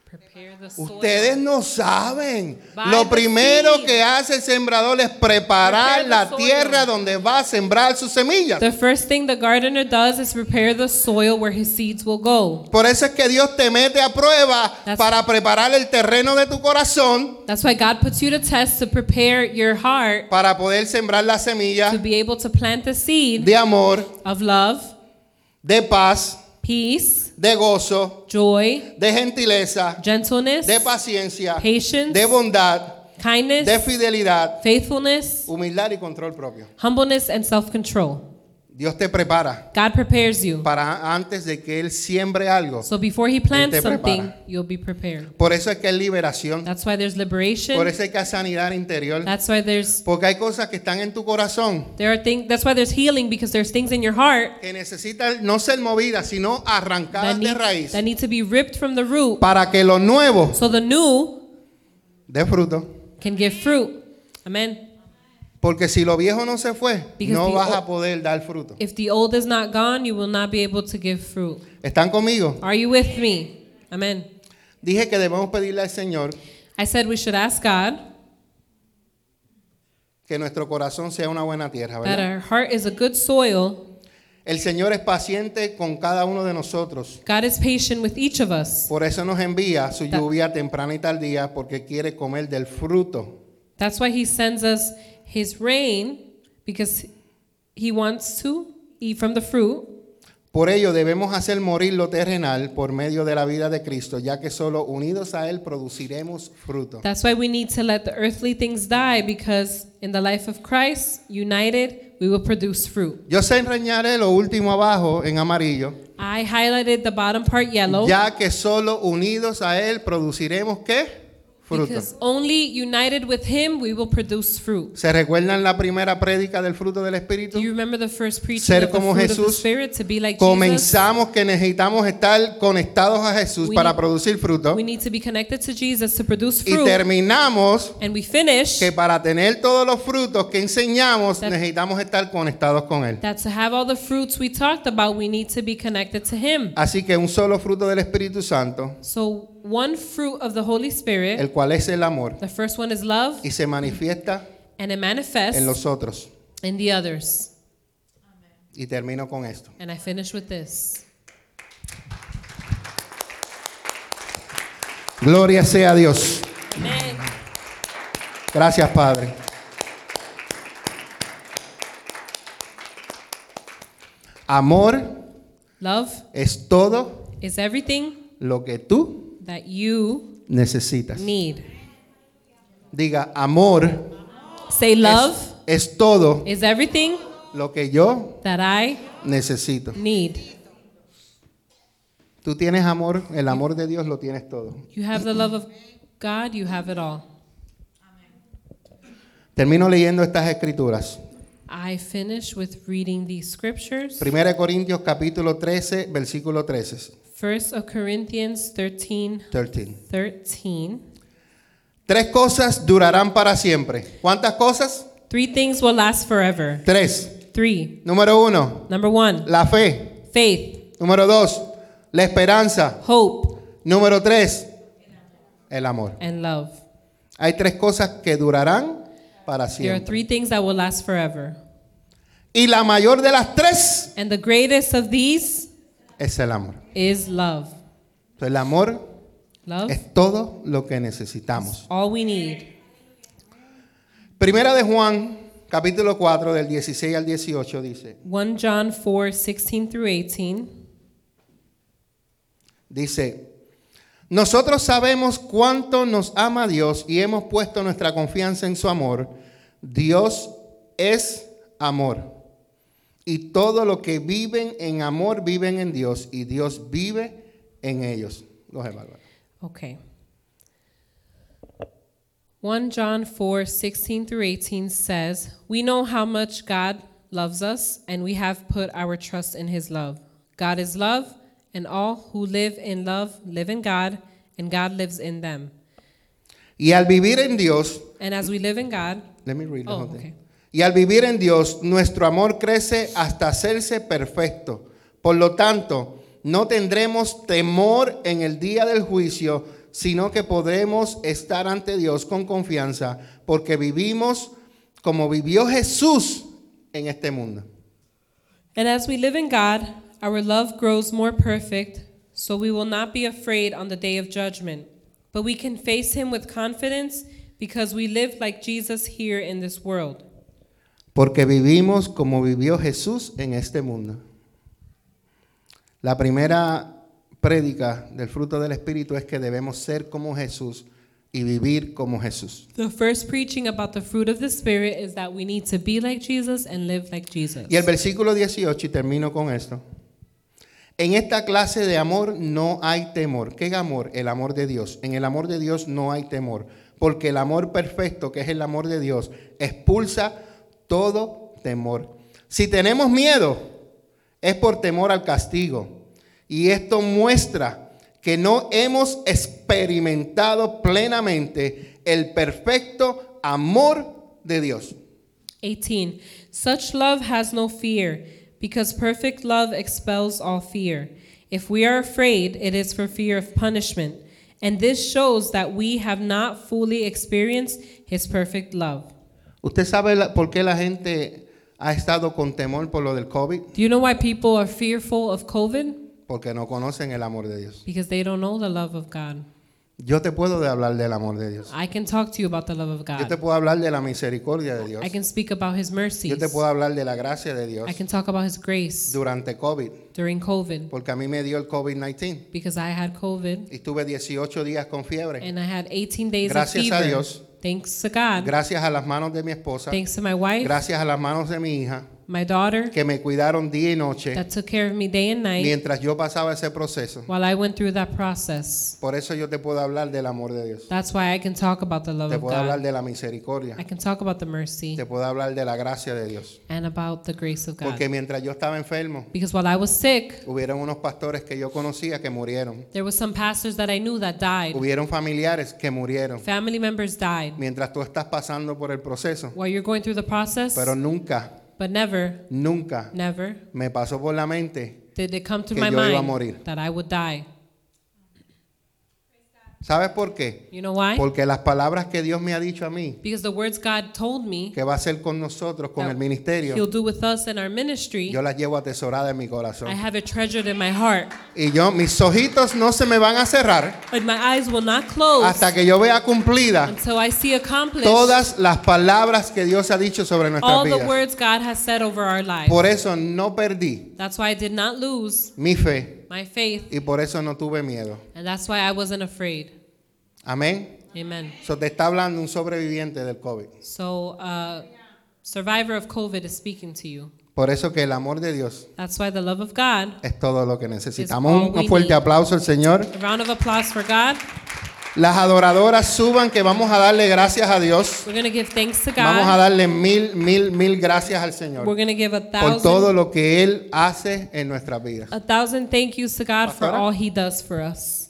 S2: Prepare the soil.
S1: Ustedes no saben.
S2: Buy
S1: Lo
S2: the
S1: primero
S2: seed.
S1: que hace el sembrador es preparar
S2: Prepare the
S1: la
S2: soil.
S1: tierra donde va a sembrar sus semillas.
S2: The first thing the gardener does is prepare the soil where his seeds will go.
S1: Por eso es que Dios te mete a prueba
S2: That's-
S1: para preparar el terreno de tu corazón
S2: That's why God puts you to test to prepare your heart
S1: para poder sembrar las
S2: to
S1: semillas
S2: be able to plant the seed
S1: de amor,
S2: of love,
S1: de paz,
S2: peace,
S1: de gozo,
S2: joy,
S1: de gentileza,
S2: gentleness,
S1: de paciencia,
S2: Patience.
S1: de bondad, de
S2: kindness,
S1: fidelidad,
S2: faithfulness,
S1: humildad y control propio.
S2: humbleness, and self control.
S1: Dios te prepara
S2: God prepares you.
S1: para antes de que Él siembre algo.
S2: So before he
S1: Él
S2: plants
S1: te
S2: something,
S1: prepara.
S2: you'll be prepared.
S1: Por eso es que hay liberación,
S2: That's why there's liberation.
S1: por eso es que hay sanidad interior,
S2: That's why there's
S1: porque hay cosas que están en tu corazón
S2: There are things. That's why there's healing because there's things in your heart
S1: que necesitan no ser movidas, sino
S2: that
S1: arrancadas de
S2: need,
S1: raíz
S2: that need to be ripped from the root,
S1: para que lo nuevo
S2: so the new
S1: dé fruto.
S2: can give fruit. Amen.
S1: Porque si lo viejo no se fue,
S2: Because
S1: no
S2: the
S1: vas
S2: old-
S1: a poder dar fruto.
S2: If the old is not gone, you will not be able to give fruit.
S1: ¿Están conmigo?
S2: Are you with me? Amen.
S1: Dije que debemos pedirle al Señor
S2: I said we should ask God
S1: que nuestro corazón sea una buena tierra,
S2: that
S1: ¿verdad?
S2: our heart is a good soil.
S1: El Señor es paciente con cada uno de nosotros.
S2: God is patient with each of us.
S1: Por eso nos envía su
S2: Ta-
S1: lluvia temprana y tardía porque quiere comer del fruto.
S2: That's why He sends us His rain because He wants to eat from the fruit.
S1: Por ello debemos hacer morir lo terrenal por medio de la vida de Cristo, ya que solo unidos a Él produciremos fruto.
S2: That's why we need to let the earthly things die because in the life of Christ, united, we will produce fruit.
S1: Yo enreñaré lo último abajo en amarillo,
S2: I highlighted the bottom part yellow
S1: ya que solo unidos a Él produciremos qué? Fruto.
S2: because only united with Him we will produce fruit.
S1: ¿Se recuerdan la primera prédica del fruto del Espíritu?
S2: Do you remember the first preaching
S1: Ser
S2: of the
S1: como
S2: fruit of the
S1: Jesús.
S2: Spirit to be like Jesus?
S1: Comenzamos que necesitamos estar conectados a Jesús
S2: We-
S1: para producir fruto
S2: We need to be connected to Jesus to produce
S1: y
S2: fruit.
S1: terminamos
S2: And we finish
S1: que para tener todos los frutos que enseñamos
S2: That-
S1: necesitamos estar conectados con Él.
S2: that to have all the fruits we talked about, we need to be connected to Him.
S1: Así que un solo fruto del Espíritu Santo,
S2: So, one fruit of the Holy Spirit,
S1: el cual es el amor,
S2: the first one is love,
S1: y se manifiesta
S2: and it manifests
S1: en los otros.
S2: and the others.
S1: Y termino con esto.
S2: And I finish with this.
S1: Gloria sea a Dios.
S2: Amen.
S1: Gracias, Padre. Amor
S2: Love
S1: es todo
S2: is everything
S1: lo que tú
S2: that you
S1: necesitas.
S2: need.
S1: Diga, amor
S2: Say,
S1: es,
S2: love
S1: es todo
S2: is everything
S1: lo que yo
S2: that I
S1: necesito.
S2: need.
S1: Tú tienes amor, el amor de Dios lo tienes todo.
S2: You have the love of God, you have it all.
S1: Termino leyendo estas escrituras.
S2: I finish with reading these scriptures.
S1: 1 Corintios capítulo 13, versículo 13.
S2: 1 Corinthians 13
S1: 13.
S2: 13.
S1: Tres cosas durarán para siempre. ¿Cuántas cosas?
S2: Three things will last forever.
S1: Tres.
S2: Three.
S1: Número uno,
S2: Number one,
S1: la fe.
S2: faith,
S1: Número dos, la esperanza.
S2: hope,
S1: Número tres, el amor.
S2: and love.
S1: Hay tres cosas que durarán para
S2: There are
S1: siempre.
S2: three things that will last forever.
S1: Y la mayor de las tres
S2: And the greatest of these
S1: es el amor.
S2: is love.
S1: Entonces, el amor
S2: Love
S1: es todo lo que necesitamos.
S2: all we need.
S1: Primera de Juan, capítulo 4, del 16 al 18 dice,
S2: 1 John 4 16 through 18.
S1: dice, nosotros sabemos cuánto nos ama Dios y hemos puesto nuestra confianza en su amor. Dios es amor. Y todo lo que viven en amor viven en Dios y Dios vive en ellos. Los evalúa.
S2: Okay. 1 John 4 16 through 18 says, We know how much God loves us, and we have put our trust in his love. God is love, and all who live in love live in God, and God lives in them.
S1: Y al vivir en Dios,
S2: And as we live in God,
S1: Let me read the
S2: Oh,
S1: whole thing.
S2: okay.
S1: Y al vivir en Dios, nuestro amor crece hasta hacerse perfecto. Por lo tanto, no tendremos temor en el día del juicio, sino que podremos estar ante Dios con confianza, porque vivimos como vivió Jesús en este mundo.
S2: and as we live in God, our love grows more perfect, so we will not be afraid on the day of judgment. But we can face him with confidence because we live like Jesus here in this world.
S1: Porque vivimos como vivió Jesús en este mundo. La primera prédica del fruto del Espíritu es que debemos ser como Jesús y vivir como Jesús.
S2: The first preaching about the fruit of the Spirit is that we need to be like Jesus and live like Jesus.
S1: Y el versículo 18, y termino con esto. En esta clase de amor no hay temor. ¿Qué amor? El amor de Dios. En el amor de Dios no hay temor. Porque el amor perfecto, que es el amor de Dios, expulsa todo temor. Si tenemos miedo, es por temor al castigo. Y esto muestra que no hemos experimentado plenamente el perfecto amor de Dios.
S2: 18. Such love has no fear, because perfect love expels all fear. If we are afraid, it is for fear of punishment. And this shows that we have not fully experienced his perfect love.
S1: ¿Usted sabe la- por qué la gente ha estado con temor por lo del COVID?
S2: Do you know why people are fearful of COVID?
S1: Porque no conocen el amor de Dios.
S2: Because they don't know the love of God.
S1: Yo te puedo de hablar del amor de Dios.
S2: I can talk to you about the love of
S1: Yo te
S2: God.
S1: puedo hablar de la misericordia de Dios.
S2: I can speak about his
S1: Yo
S2: mercies.
S1: te puedo hablar de la gracia de Dios
S2: I can talk about his grace
S1: durante COVID.
S2: during COVID.
S1: Porque a mí me dio el COVID-19
S2: because I had COVID
S1: y tuve 18 días con fiebre.
S2: and I had 18 days
S1: Gracias a
S2: of fever.
S1: Dios.
S2: Thanks to God.
S1: Gracias a las manos de mi esposa.
S2: Thanks to my wife,
S1: Gracias a las manos de mi hija
S2: my daughter
S1: que me cuidaron día y noche
S2: that took care of me day and night
S1: mientras yo pasaba ese proceso.
S2: while I went through that process.
S1: Por eso yo te puedo hablar del amor de Dios.
S2: That's why I can talk about the love
S1: Te
S2: of
S1: puedo hablar
S2: God.
S1: de la misericordia.
S2: I can talk about the mercy
S1: Te puedo hablar de la gracia de Dios.
S2: and about the grace of God.
S1: Porque mientras yo estaba enfermo,
S2: Because while I was sick,
S1: hubieron unos pastores que yo conocía que murieron.
S2: there were some pastors that I knew that died.
S1: Hubieron familiares que murieron.
S2: Family members died.
S1: Mientras tú estás pasando por el proceso.
S2: While you're going through the process,
S1: Pero nunca,
S2: but never,
S1: nunca
S2: never
S1: me pasó por la mente
S2: did it come to
S1: Que
S2: my
S1: yo iba a
S2: mind
S1: morir.
S2: that I would die.
S1: ¿Sabes por qué?
S2: You know why?
S1: Porque las palabras que Dios me ha dicho a mí,
S2: Because the words God told me
S1: que va a hacer con nosotros, con
S2: that
S1: el ministerio,
S2: He'll do with us in our ministry,
S1: yo las llevo atesorada en mi
S2: I
S1: corazón.
S2: have it treasured in my heart.
S1: Y yo, mis ojitos no se me van a cerrar
S2: But my eyes will not close
S1: hasta que yo vea cumplida
S2: until I see accomplished
S1: todas las palabras que Dios ha dicho sobre nuestras
S2: all the
S1: vidas.
S2: words God has said over our lives.
S1: Por eso no perdí
S2: That's why I did not lose
S1: mi fe
S2: my faith,
S1: y por eso no tuve miedo.
S2: and that's why I wasn't afraid.
S1: Amén.
S2: Amen.
S1: So te está hablando un sobreviviente del COVID.
S2: So, uh, survivor of COVID is speaking to you.
S1: Por eso que el amor de Dios
S2: That's why the love of God.
S1: es todo lo que necesitamos.
S2: all
S1: Un- Un
S2: we
S1: fuerte
S2: need.
S1: aplauso al Señor.
S2: A round of applause for God.
S1: Las adoradoras suban que vamos a darle gracias a Dios.
S2: We're gonna give thanks to
S1: Vamos a
S2: God.
S1: darle mil, mil, mil gracias al
S2: We're
S1: Señor
S2: gonna give a
S1: por todo
S2: thousand,
S1: lo que Él hace en nuestras vidas.
S2: a thousand thank yous to God for
S1: Pastora?
S2: all He does for us.